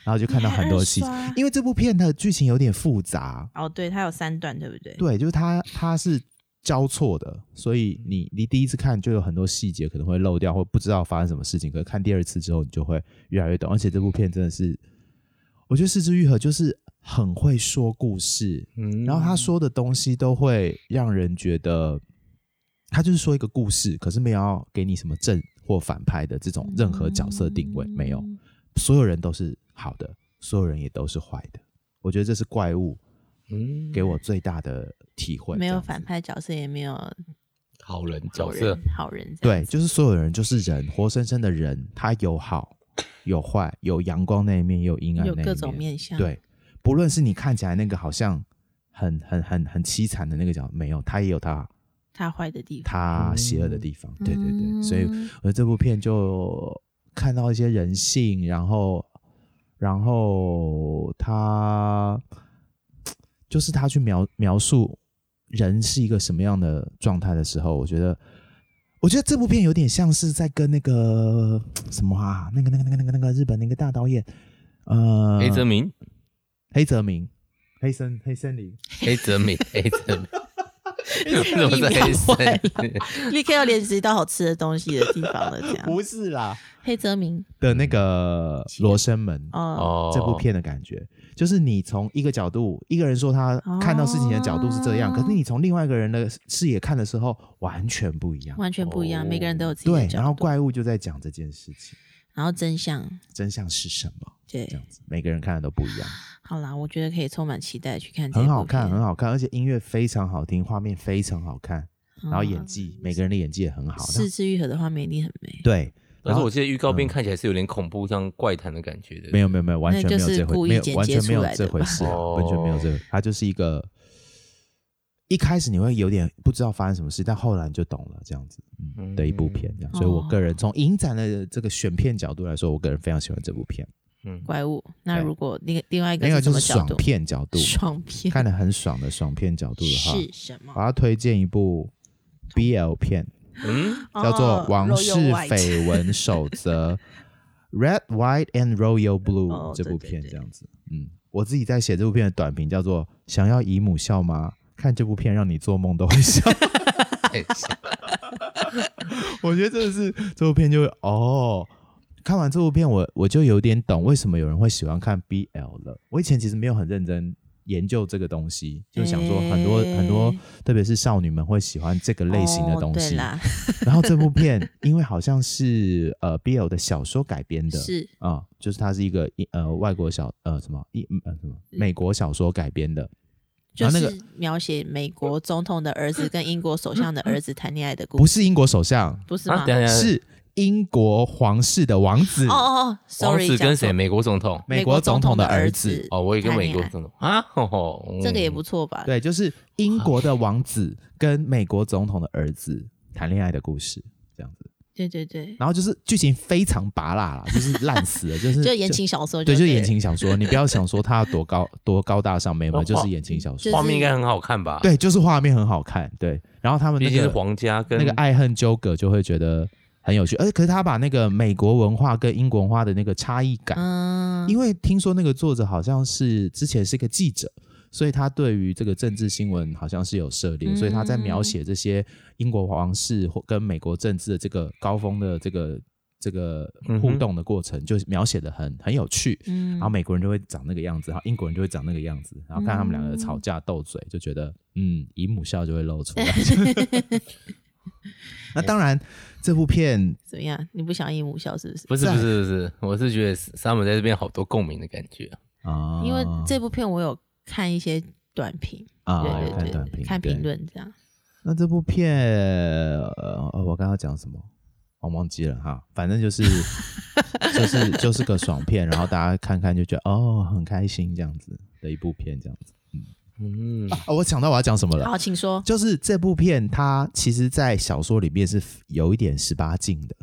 Speaker 3: 然后就看到很多细
Speaker 1: 你还二刷
Speaker 3: 节，因为这部片它的剧情有点复杂，
Speaker 1: 哦，对，它有三段，对不对？
Speaker 3: 对，就是它它是交错的，所以你你第一次看就有很多细节可能会漏掉，或不知道发生什么事情。可是看第二次之后，你就会越来越懂。而且这部片真的是，我觉得《四肢愈合》就是很会说故事，
Speaker 2: 嗯
Speaker 3: 然后他说的东西都会让人觉得，他就是说一个故事，可是没有要给你什么正或反派的这种任何角色定位，
Speaker 1: 嗯
Speaker 3: 没有，所有人都是好的，所有人也都是坏的。我觉得这是怪物
Speaker 2: 嗯
Speaker 3: 给我最大的体会，
Speaker 1: 没
Speaker 3: 这
Speaker 1: 有
Speaker 3: 样子
Speaker 1: 反派角色，也没有
Speaker 2: 好人
Speaker 1: 好
Speaker 2: 角
Speaker 1: 人
Speaker 2: 色，
Speaker 1: 好人这样
Speaker 3: 对，
Speaker 1: 子。
Speaker 3: 就是所有人就是人，活生生的人，他有好有坏，有阳光那一面，也有阴暗那
Speaker 1: 有
Speaker 3: 一面，
Speaker 1: 各种面相。，
Speaker 3: 对，不论是你看起来那个好像很很很很凄惨的那个角，没有，他也有他
Speaker 1: 他坏的地方。
Speaker 3: 他邪恶的地方，对对对，所以
Speaker 1: 嗯
Speaker 3: 我这部片就看到一些人性，然后然后他就是他去描描述人是一个什么样的状态的时候，我觉得。我觉得这部片有点像是在跟那个什么啊，那个那个那个那个那个日本那个大导演，呃，
Speaker 2: 黑泽明，
Speaker 3: 黑泽明，黑森黑森林，
Speaker 2: 黑泽明，黑泽 明，为什么是
Speaker 1: 你
Speaker 2: 黑
Speaker 1: 秒坏
Speaker 2: 森林？
Speaker 1: 立刻要联系到好吃的东西的地方了，这样。
Speaker 3: 不是啦
Speaker 1: 黑泽明，
Speaker 3: 的那
Speaker 1: 啊
Speaker 3: 个
Speaker 1: 嗯
Speaker 3: 罗生门
Speaker 1: 哦，
Speaker 2: 哦，
Speaker 3: 这部片的感觉，就是你从一个角度，一个人说他看到事情的角度是这样，
Speaker 1: 哦
Speaker 3: 可是你从另外一个人的视野看的时候，完全不一样。
Speaker 1: 完全不一样，
Speaker 2: 哦
Speaker 1: 每个人都有自己
Speaker 3: 对
Speaker 1: 的，角
Speaker 3: 然后
Speaker 1: 度
Speaker 3: 怪物就在讲这件事情，
Speaker 1: 然后真相，
Speaker 3: 真相是什么？这
Speaker 1: 对
Speaker 3: 样，子，每个人看的都不一样，
Speaker 1: 好啦，我觉得可以充满期待去看这
Speaker 3: 很
Speaker 1: 部
Speaker 3: 好看，
Speaker 1: 片
Speaker 3: 很，好看，而且音乐非常好听，画面非常好看，然后演
Speaker 1: 嗯
Speaker 3: 技，每个人的演技也很好。
Speaker 1: 四肢愈合的画面一定很美，
Speaker 3: 对，
Speaker 2: 但
Speaker 3: 然
Speaker 2: 是
Speaker 3: 后
Speaker 2: 我记得预告片看起来是有点恐怖，像怪谈的感觉的。
Speaker 3: 没有没有没有，完
Speaker 1: 那
Speaker 3: 全没
Speaker 1: 就
Speaker 3: 有
Speaker 1: 是
Speaker 3: 这
Speaker 1: 故
Speaker 3: 回，
Speaker 1: 意
Speaker 3: 没有
Speaker 1: 剪
Speaker 3: 完
Speaker 1: 接
Speaker 3: 全没
Speaker 1: 出
Speaker 3: 有
Speaker 1: 来
Speaker 3: 这
Speaker 1: 的
Speaker 3: 回
Speaker 1: 吧
Speaker 3: 事啊，
Speaker 2: 哦
Speaker 3: 完全没有这个，它就是一个一开始你会有点不知道发生什么事，但后来你就懂了这样子，嗯，的一部片这样。所以我
Speaker 1: 哦
Speaker 3: 个人从影展的这个选片角度来说，我个人非常喜欢这部片，
Speaker 2: 嗯，
Speaker 1: 怪物。那
Speaker 3: 对
Speaker 1: 如果另另外一个
Speaker 3: 那个
Speaker 1: 什
Speaker 3: 就
Speaker 1: 么
Speaker 3: 是
Speaker 1: 角
Speaker 3: 爽
Speaker 1: 度？
Speaker 3: 片角度，
Speaker 1: 爽片
Speaker 3: 看得很爽的爽片角度的啊话，
Speaker 1: 是什么
Speaker 3: 我？要推荐一部 BL 片，
Speaker 2: 嗯，
Speaker 3: 叫做
Speaker 1: 哦
Speaker 3: 《王
Speaker 1: Royal
Speaker 3: 室
Speaker 1: White
Speaker 3: 绯闻守则》（Red, White and Royal Blue）、
Speaker 1: 哦
Speaker 3: 这
Speaker 1: 对
Speaker 3: 部
Speaker 1: 对
Speaker 3: 片
Speaker 1: 对
Speaker 3: 这样子。嗯，我自己在写这部片的短评叫做“想要姨母笑吗？看这部片让你做梦都会笑”
Speaker 2: 太像
Speaker 3: 我觉得真的是这部片就会哦。看完这部片我，我就有点懂为什么有人会喜欢看 BL 了。我以前其实没有很认真研究这个东西，就想说很多、很多
Speaker 1: 诶，
Speaker 3: 特别是少女们会喜欢这个类型的
Speaker 1: 哦
Speaker 3: 东
Speaker 1: 对
Speaker 3: 西。
Speaker 1: 啦，
Speaker 3: 然后这部片因为好像是呃 BL 的小说改编的，
Speaker 1: 是
Speaker 3: 啊、就是它是一个一呃外国小呃什么一呃什么美国小说改编的，
Speaker 1: 就
Speaker 3: 然后那个
Speaker 1: 是描写美国总统的儿子跟英国首相的儿子谈恋爱的故
Speaker 3: 不
Speaker 1: 事，
Speaker 3: 是英国首相，
Speaker 1: 不 是
Speaker 2: 啊，
Speaker 1: 吗？
Speaker 2: 等一下
Speaker 3: 是英国皇室的王子，
Speaker 1: 哦哦哦
Speaker 2: 王
Speaker 1: ，sorry，
Speaker 2: 子
Speaker 1: 讲
Speaker 2: 跟
Speaker 1: 错
Speaker 2: 谁？美国总统？
Speaker 3: 美国总统的儿
Speaker 1: 子
Speaker 3: 子。
Speaker 2: 哦，我也跟
Speaker 1: 谈
Speaker 2: 美
Speaker 1: 恋
Speaker 2: 国
Speaker 1: 爱
Speaker 2: 总统 啊，吼吼
Speaker 1: 这个也
Speaker 2: 嗯
Speaker 1: 不错吧？
Speaker 3: 对，就是英国的王子跟美国总统的儿子谈恋爱的故事，这样子。
Speaker 1: 对对对，
Speaker 3: 然后就是剧情非常拔辣啦，就是烂死了，就 是
Speaker 1: 就言情小说，
Speaker 3: 对，就是
Speaker 1: 对
Speaker 3: 言情小说，你不要想说它有 多高多高大上，没有，没有就是言情小
Speaker 1: 哦就。
Speaker 3: 说
Speaker 2: 嗯画
Speaker 1: 是
Speaker 2: 面应该很好看吧？，
Speaker 3: 对，就是画面很好看，对。然后他们
Speaker 2: 毕
Speaker 3: 那
Speaker 2: 竟是
Speaker 3: 个
Speaker 2: 皇家跟
Speaker 3: 那个爱恨纠葛就会觉得很有趣，而可是他把那个美国文化跟英国文化的那个差异感，
Speaker 1: 嗯，
Speaker 3: 因为听说那个作者好像是之前是个记者。所以他对于这个政治新闻好像是有涉猎，
Speaker 1: 嗯
Speaker 3: 所以他在描写这些英国皇室或跟美国政治的这个高峰的这个这个
Speaker 2: 嗯
Speaker 3: 互动的过程，就描写的很很有趣。
Speaker 1: 嗯
Speaker 3: 然后美国人就会长那个样子，然后英国人就会长那个样子，然后看他们嗯两个吵架斗嘴，就觉得嗯，姨母笑就会露出来。 那当然，这部片
Speaker 1: 怎么样？你不想演母校是不是？
Speaker 2: 不是不是不是，我是觉得 Summer 在这边好多共鸣的感觉啊。
Speaker 3: 啊，
Speaker 1: 因为这部片我有看一些短评，
Speaker 3: 啊，
Speaker 1: 对
Speaker 3: 看
Speaker 1: 对
Speaker 3: 短
Speaker 1: 对，
Speaker 3: 评，
Speaker 1: 看
Speaker 3: 对
Speaker 1: 评。论这样。
Speaker 3: 那这部片，呃，呃我刚刚讲什么？我忘记了哈，反正就是就是就是个爽片，然后大家看看就觉得哦很开心这样子的一部片这样子。
Speaker 2: 嗯，
Speaker 3: 哦，我想到我要讲什么了，
Speaker 1: 好，请说。
Speaker 3: 就是这部片它其实，在小说里面是有一点十八禁的，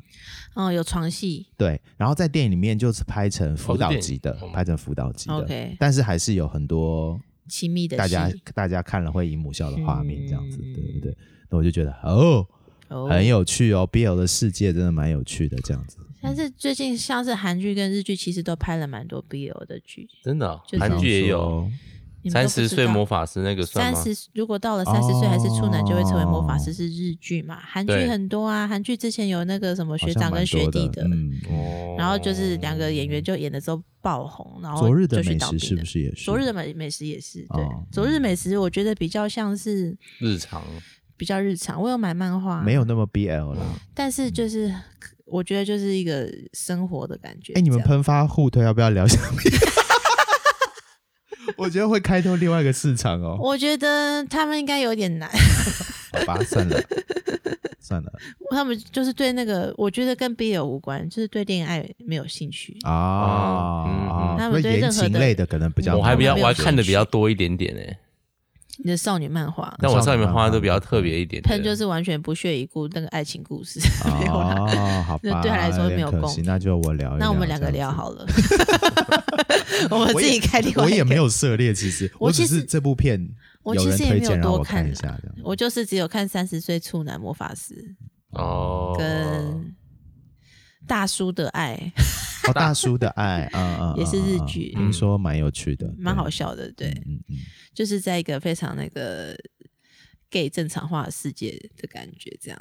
Speaker 1: 哦，有床戏
Speaker 3: 对，然后在电影里面就是拍成辅导级的
Speaker 2: 哦是电，影
Speaker 3: 拍成辅导级的，
Speaker 1: ，OK，
Speaker 3: 但是还是有很多
Speaker 1: 亲密的
Speaker 3: 大
Speaker 1: 戏
Speaker 3: 家大家看了会以母校的画面这样子，
Speaker 1: 嗯
Speaker 3: 对对对。那我就觉得哦，
Speaker 1: 哦
Speaker 3: 很有趣哦，BL 的世界真的蛮有趣的这样子。
Speaker 1: 但是最近像是韩剧跟日剧，其实都拍了蛮多 BL 的剧。
Speaker 2: 真的啊
Speaker 1: 就，是
Speaker 2: 韩剧也有。
Speaker 1: 你们
Speaker 2: 三
Speaker 1: 都不
Speaker 2: 十
Speaker 1: 知
Speaker 2: 岁
Speaker 1: 道
Speaker 2: 魔法师那个
Speaker 1: 三
Speaker 2: 算吗？
Speaker 1: 十如果到了三十岁还是处男，就会成为魔法师，
Speaker 3: 哦
Speaker 1: 是日剧嘛？韩
Speaker 2: 对
Speaker 1: 剧很多啊，韩剧之前有那个什么
Speaker 3: 好
Speaker 1: 学
Speaker 3: 像
Speaker 1: 长
Speaker 3: 蛮
Speaker 1: 跟学
Speaker 3: 多
Speaker 1: 弟
Speaker 3: 的，嗯，
Speaker 2: 哦
Speaker 1: 然后就是两个演员就演的时候爆红，然后
Speaker 3: 昨日的
Speaker 1: 哦就去
Speaker 3: 美
Speaker 1: 当兵
Speaker 3: 食是
Speaker 1: 了
Speaker 3: 不是也是？
Speaker 1: 昨日的美美食也是对
Speaker 3: 哦，
Speaker 1: 昨日美食我觉得比较像是
Speaker 2: 日常
Speaker 1: 比较日常，我有买漫画，
Speaker 3: 没有，那么 BL 啦。
Speaker 1: 但是就是我觉得就是一个生活的感觉。
Speaker 3: 哎，你们
Speaker 1: 这样
Speaker 3: 喷发互推要不要聊一下？我觉得会开拓另外一个市场哦。
Speaker 1: 我觉得他们应该有点难，
Speaker 3: 好吧，算了，算了
Speaker 1: 他们就是对那个，我觉得跟 BL 无关，就是对恋爱没有兴趣。
Speaker 3: 啊
Speaker 2: 嗯嗯
Speaker 3: 啊，
Speaker 1: 他
Speaker 3: 所
Speaker 1: 们
Speaker 3: 以
Speaker 1: 对
Speaker 3: 言
Speaker 1: 任何
Speaker 3: 情
Speaker 1: 的
Speaker 3: 类的可能比较，
Speaker 2: 我还比较
Speaker 1: 没有
Speaker 2: 我还看的
Speaker 1: 兴
Speaker 2: 比较多一点点哎，
Speaker 1: 你的少女漫画，
Speaker 2: 但我
Speaker 3: 少
Speaker 2: 上
Speaker 3: 女
Speaker 2: 面
Speaker 3: 漫
Speaker 2: 画
Speaker 3: 画
Speaker 2: 都比较特别一点的。
Speaker 1: 喷就是完全不屑一顾那个爱情故 事，没有啦。
Speaker 3: 哦，好
Speaker 1: 那
Speaker 3: 吧，
Speaker 1: 对他来说
Speaker 3: 有点
Speaker 1: 没有
Speaker 3: 可
Speaker 1: 共
Speaker 3: 惜那就我聊一聊，
Speaker 1: 那我们两个聊。 好了，我们自己开另外
Speaker 3: 我
Speaker 1: 一
Speaker 3: 也
Speaker 1: 个
Speaker 3: 没，有涉猎，其实
Speaker 1: 我
Speaker 3: 我只
Speaker 1: 其实
Speaker 3: 是这部片
Speaker 1: 我
Speaker 3: 有
Speaker 1: 其
Speaker 3: 人
Speaker 1: 实也
Speaker 3: 推
Speaker 1: 没有
Speaker 3: 荐让
Speaker 1: 多
Speaker 3: 我看一
Speaker 1: 啦
Speaker 3: 下，这样
Speaker 1: 我就是只有看三十岁处男魔法师
Speaker 2: 哦，
Speaker 1: 跟大叔的爱，
Speaker 3: 哦，大叔的爱，嗯嗯，
Speaker 1: 也是日
Speaker 3: 嗯嗯
Speaker 1: 剧
Speaker 3: 听说蛮有趣的，
Speaker 1: 蛮好
Speaker 3: 笑。
Speaker 1: 笑的，对，
Speaker 3: 嗯嗯，
Speaker 1: 就是在一个非常那个 gay 正常化的世界的感觉，这样，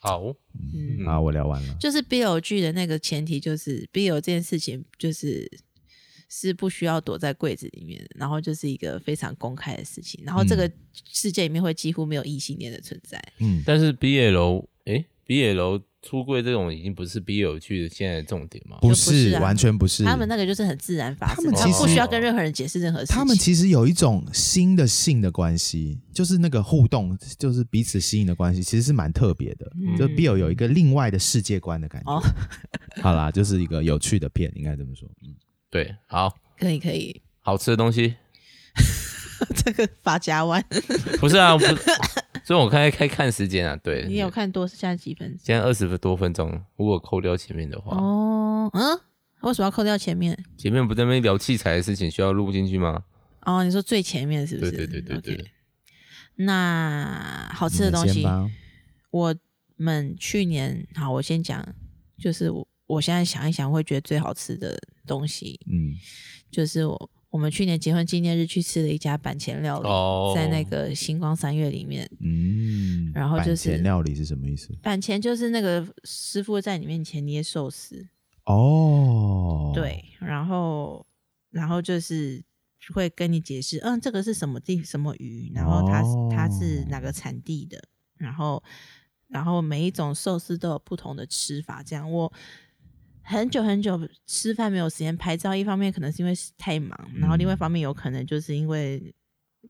Speaker 2: 好，
Speaker 1: 嗯。
Speaker 3: 嗯好，我聊完了。
Speaker 1: 就是 BL 剧的那个前提就是 BL 这件事情就是是不需要躲在柜子里面的，然后就是一个非常公开的事情，然后这个世界里面会几乎没有异性恋的存在，
Speaker 3: 嗯，
Speaker 2: 但是 BL 哎 BL 出柜这种已经不是 BL 剧的现在的重点嘛？
Speaker 1: 就
Speaker 3: 不
Speaker 1: 不是
Speaker 3: 是，
Speaker 1: 啊
Speaker 3: 完全不是。
Speaker 1: 他们那个就是很自然发生，
Speaker 3: 他们
Speaker 1: 他
Speaker 3: 其
Speaker 1: 不需
Speaker 3: 实
Speaker 1: 要跟任何人解释任何事情。
Speaker 3: 他们其实有一种新的性的关系，就是那个互动，就是彼此吸引的关系，其实是蛮特别的。
Speaker 1: 嗯
Speaker 3: 就 Bill 有一个另外的世界观的感觉。
Speaker 1: 哦
Speaker 3: 好啦，就是一个有趣的片，应该这么说。嗯
Speaker 2: 对，好
Speaker 1: 可以可 以，
Speaker 2: 好吃的东西
Speaker 1: 这个发夹弯，
Speaker 2: 不是啊，不，所以我刚才开看时间啊，对，
Speaker 1: 你有看多现在几分？
Speaker 2: 现在二十多分钟，如果扣掉前面的话，
Speaker 1: 哦，嗯，为什么要扣掉前面？
Speaker 2: 前面不在那边聊器材的事情需要录进去吗？
Speaker 1: 哦，你说最前面是不
Speaker 2: 对
Speaker 1: 是？
Speaker 2: 对对对对
Speaker 1: OK，，那好吃的
Speaker 3: 你们
Speaker 1: 东
Speaker 3: 先
Speaker 1: 西，
Speaker 3: 吧
Speaker 1: 我们去年好，我先讲，就是我我现在想一想，会觉得最好吃的东西，
Speaker 3: 嗯，
Speaker 1: 就是我我们去年结婚纪念日去吃了一家板前料理，
Speaker 2: 哦
Speaker 1: 在那个星光三月里面，
Speaker 3: 嗯，
Speaker 1: 然后就是
Speaker 3: 板前料理是什么意思？
Speaker 1: 板前就是那个师傅在你面前捏寿司，
Speaker 3: 哦，，
Speaker 1: 对，然后然后就是。会跟你解释，嗯，这个是什么地什么鱼，然后它是、它是
Speaker 3: 哦
Speaker 1: 哪个产地的，然后然后每一种寿司都有不同的吃法，这样我很久很久吃饭没有时间拍照，一方面可能是因为太忙，然后另外
Speaker 3: 嗯
Speaker 1: 一方面有可能就是因为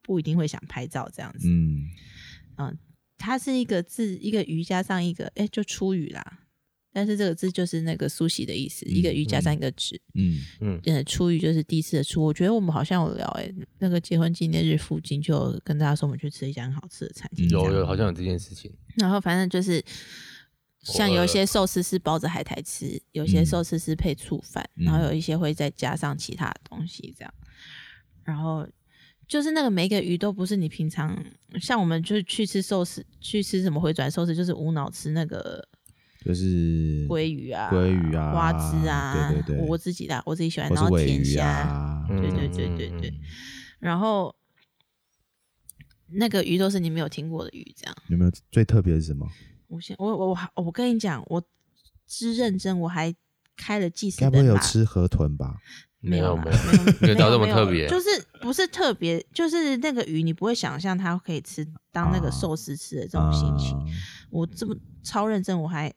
Speaker 1: 不一定会想拍照这样子。
Speaker 3: 嗯，
Speaker 1: 它是一个字，一个鱼加上一个，哎，就出鱼啦。但是这个字就是那个苏洗的意思，一个鱼加上一个纸，
Speaker 3: 嗯，
Speaker 2: 嗯，
Speaker 1: 呃，出鱼就是第一次的出。我觉得我们好像有聊、诶那个结婚纪念日附近就有跟大家说我们去吃一家很好吃的餐厅，
Speaker 3: 嗯
Speaker 1: 这样
Speaker 2: 有有好像有这件事情，
Speaker 1: 然后反正就是像有一些寿司是包着海苔吃，有些寿司是配醋饭，
Speaker 3: 嗯
Speaker 1: 然后有一些会再加上其他的东西这样。然后就是那个每一个鱼都不是你平常像我们就是去吃寿司，去吃什么回转寿司，就是无脑吃那个
Speaker 3: 就是
Speaker 1: 鲑鱼啊、
Speaker 3: 嗯鲑鱼啊
Speaker 1: 花枝啊，
Speaker 3: 对对对
Speaker 1: 我自己的我自己喜欢，
Speaker 3: 或
Speaker 1: 然
Speaker 3: 是
Speaker 1: 后
Speaker 3: 尾
Speaker 1: 甜
Speaker 3: 鱼
Speaker 1: 虾，
Speaker 3: 啊，
Speaker 1: 对对
Speaker 2: 嗯
Speaker 1: 对
Speaker 2: 嗯
Speaker 1: 对对
Speaker 2: 嗯
Speaker 1: 然后那个鱼都是你没有听过的鱼这样。
Speaker 3: 有没有最特别的是什么？
Speaker 1: 我先我我我还我跟你讲，我之认真，我还开了祭祀
Speaker 3: 该
Speaker 1: 灯
Speaker 3: 不会有
Speaker 1: 吧
Speaker 3: 吃河豚吧？
Speaker 1: 没有啦
Speaker 2: 没
Speaker 1: 没
Speaker 2: 有没有
Speaker 1: 有
Speaker 2: 到这么
Speaker 1: 没有
Speaker 2: 特别
Speaker 1: 就是不是特别，
Speaker 3: 哦
Speaker 1: 就是那个鱼你不会想象它可以吃当那个寿司吃的这种心情。
Speaker 3: 啊
Speaker 1: 我这么超认真，我还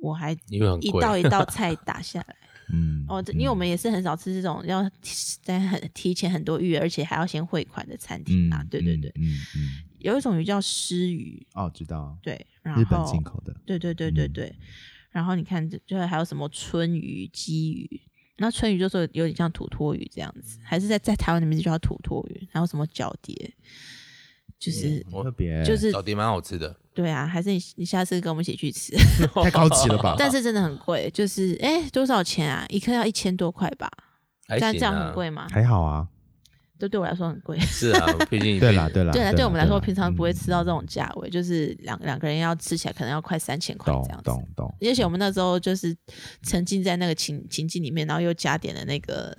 Speaker 1: 我还
Speaker 2: 因为很
Speaker 1: 一
Speaker 2: 贵
Speaker 1: 道一 道菜打下来。
Speaker 3: 嗯，
Speaker 1: 哦，这因为我们也是很少吃这种要提在很提前很多预约，而且还要先汇款的餐厅啊。对对对，
Speaker 3: 嗯嗯，
Speaker 1: 有一种鱼叫湿鱼，
Speaker 3: 哦，知道，
Speaker 1: 对，然后
Speaker 3: 日本进口的，
Speaker 1: 对对对对
Speaker 3: 嗯
Speaker 1: 对。然后你看，这就是还有什么春鱼、鲫鱼，那春鱼就是有点像土托鱼这样子，还是在在台湾的名字就叫土托鱼，还有什么角蝶，就是、
Speaker 2: 嗯我
Speaker 3: 特别
Speaker 1: 就是
Speaker 2: 小碟蛮好吃的，
Speaker 1: 对啊，还是你你下次跟我们一起去吃，
Speaker 3: 太高级了吧？
Speaker 1: 但是真的很贵，就是哎多少钱啊？一颗要一千多块吧，
Speaker 2: 还
Speaker 1: 这样
Speaker 2: 行啊，
Speaker 1: 这样很贵吗？
Speaker 3: 还好啊，
Speaker 1: 都对我来说很贵。
Speaker 2: 是啊，毕竟
Speaker 3: 对啦对啦，
Speaker 1: 对啊，
Speaker 3: 啦
Speaker 1: 对我们来说，
Speaker 3: 啦
Speaker 1: 平常不会
Speaker 3: 嗯
Speaker 1: 吃到这种价位，就是两两个人要吃起来可能要快三千块这样
Speaker 3: 懂
Speaker 1: 子。
Speaker 3: 懂懂，
Speaker 1: 而且我们那时候就是沉浸在那个情情境里面，然后又加点了那个，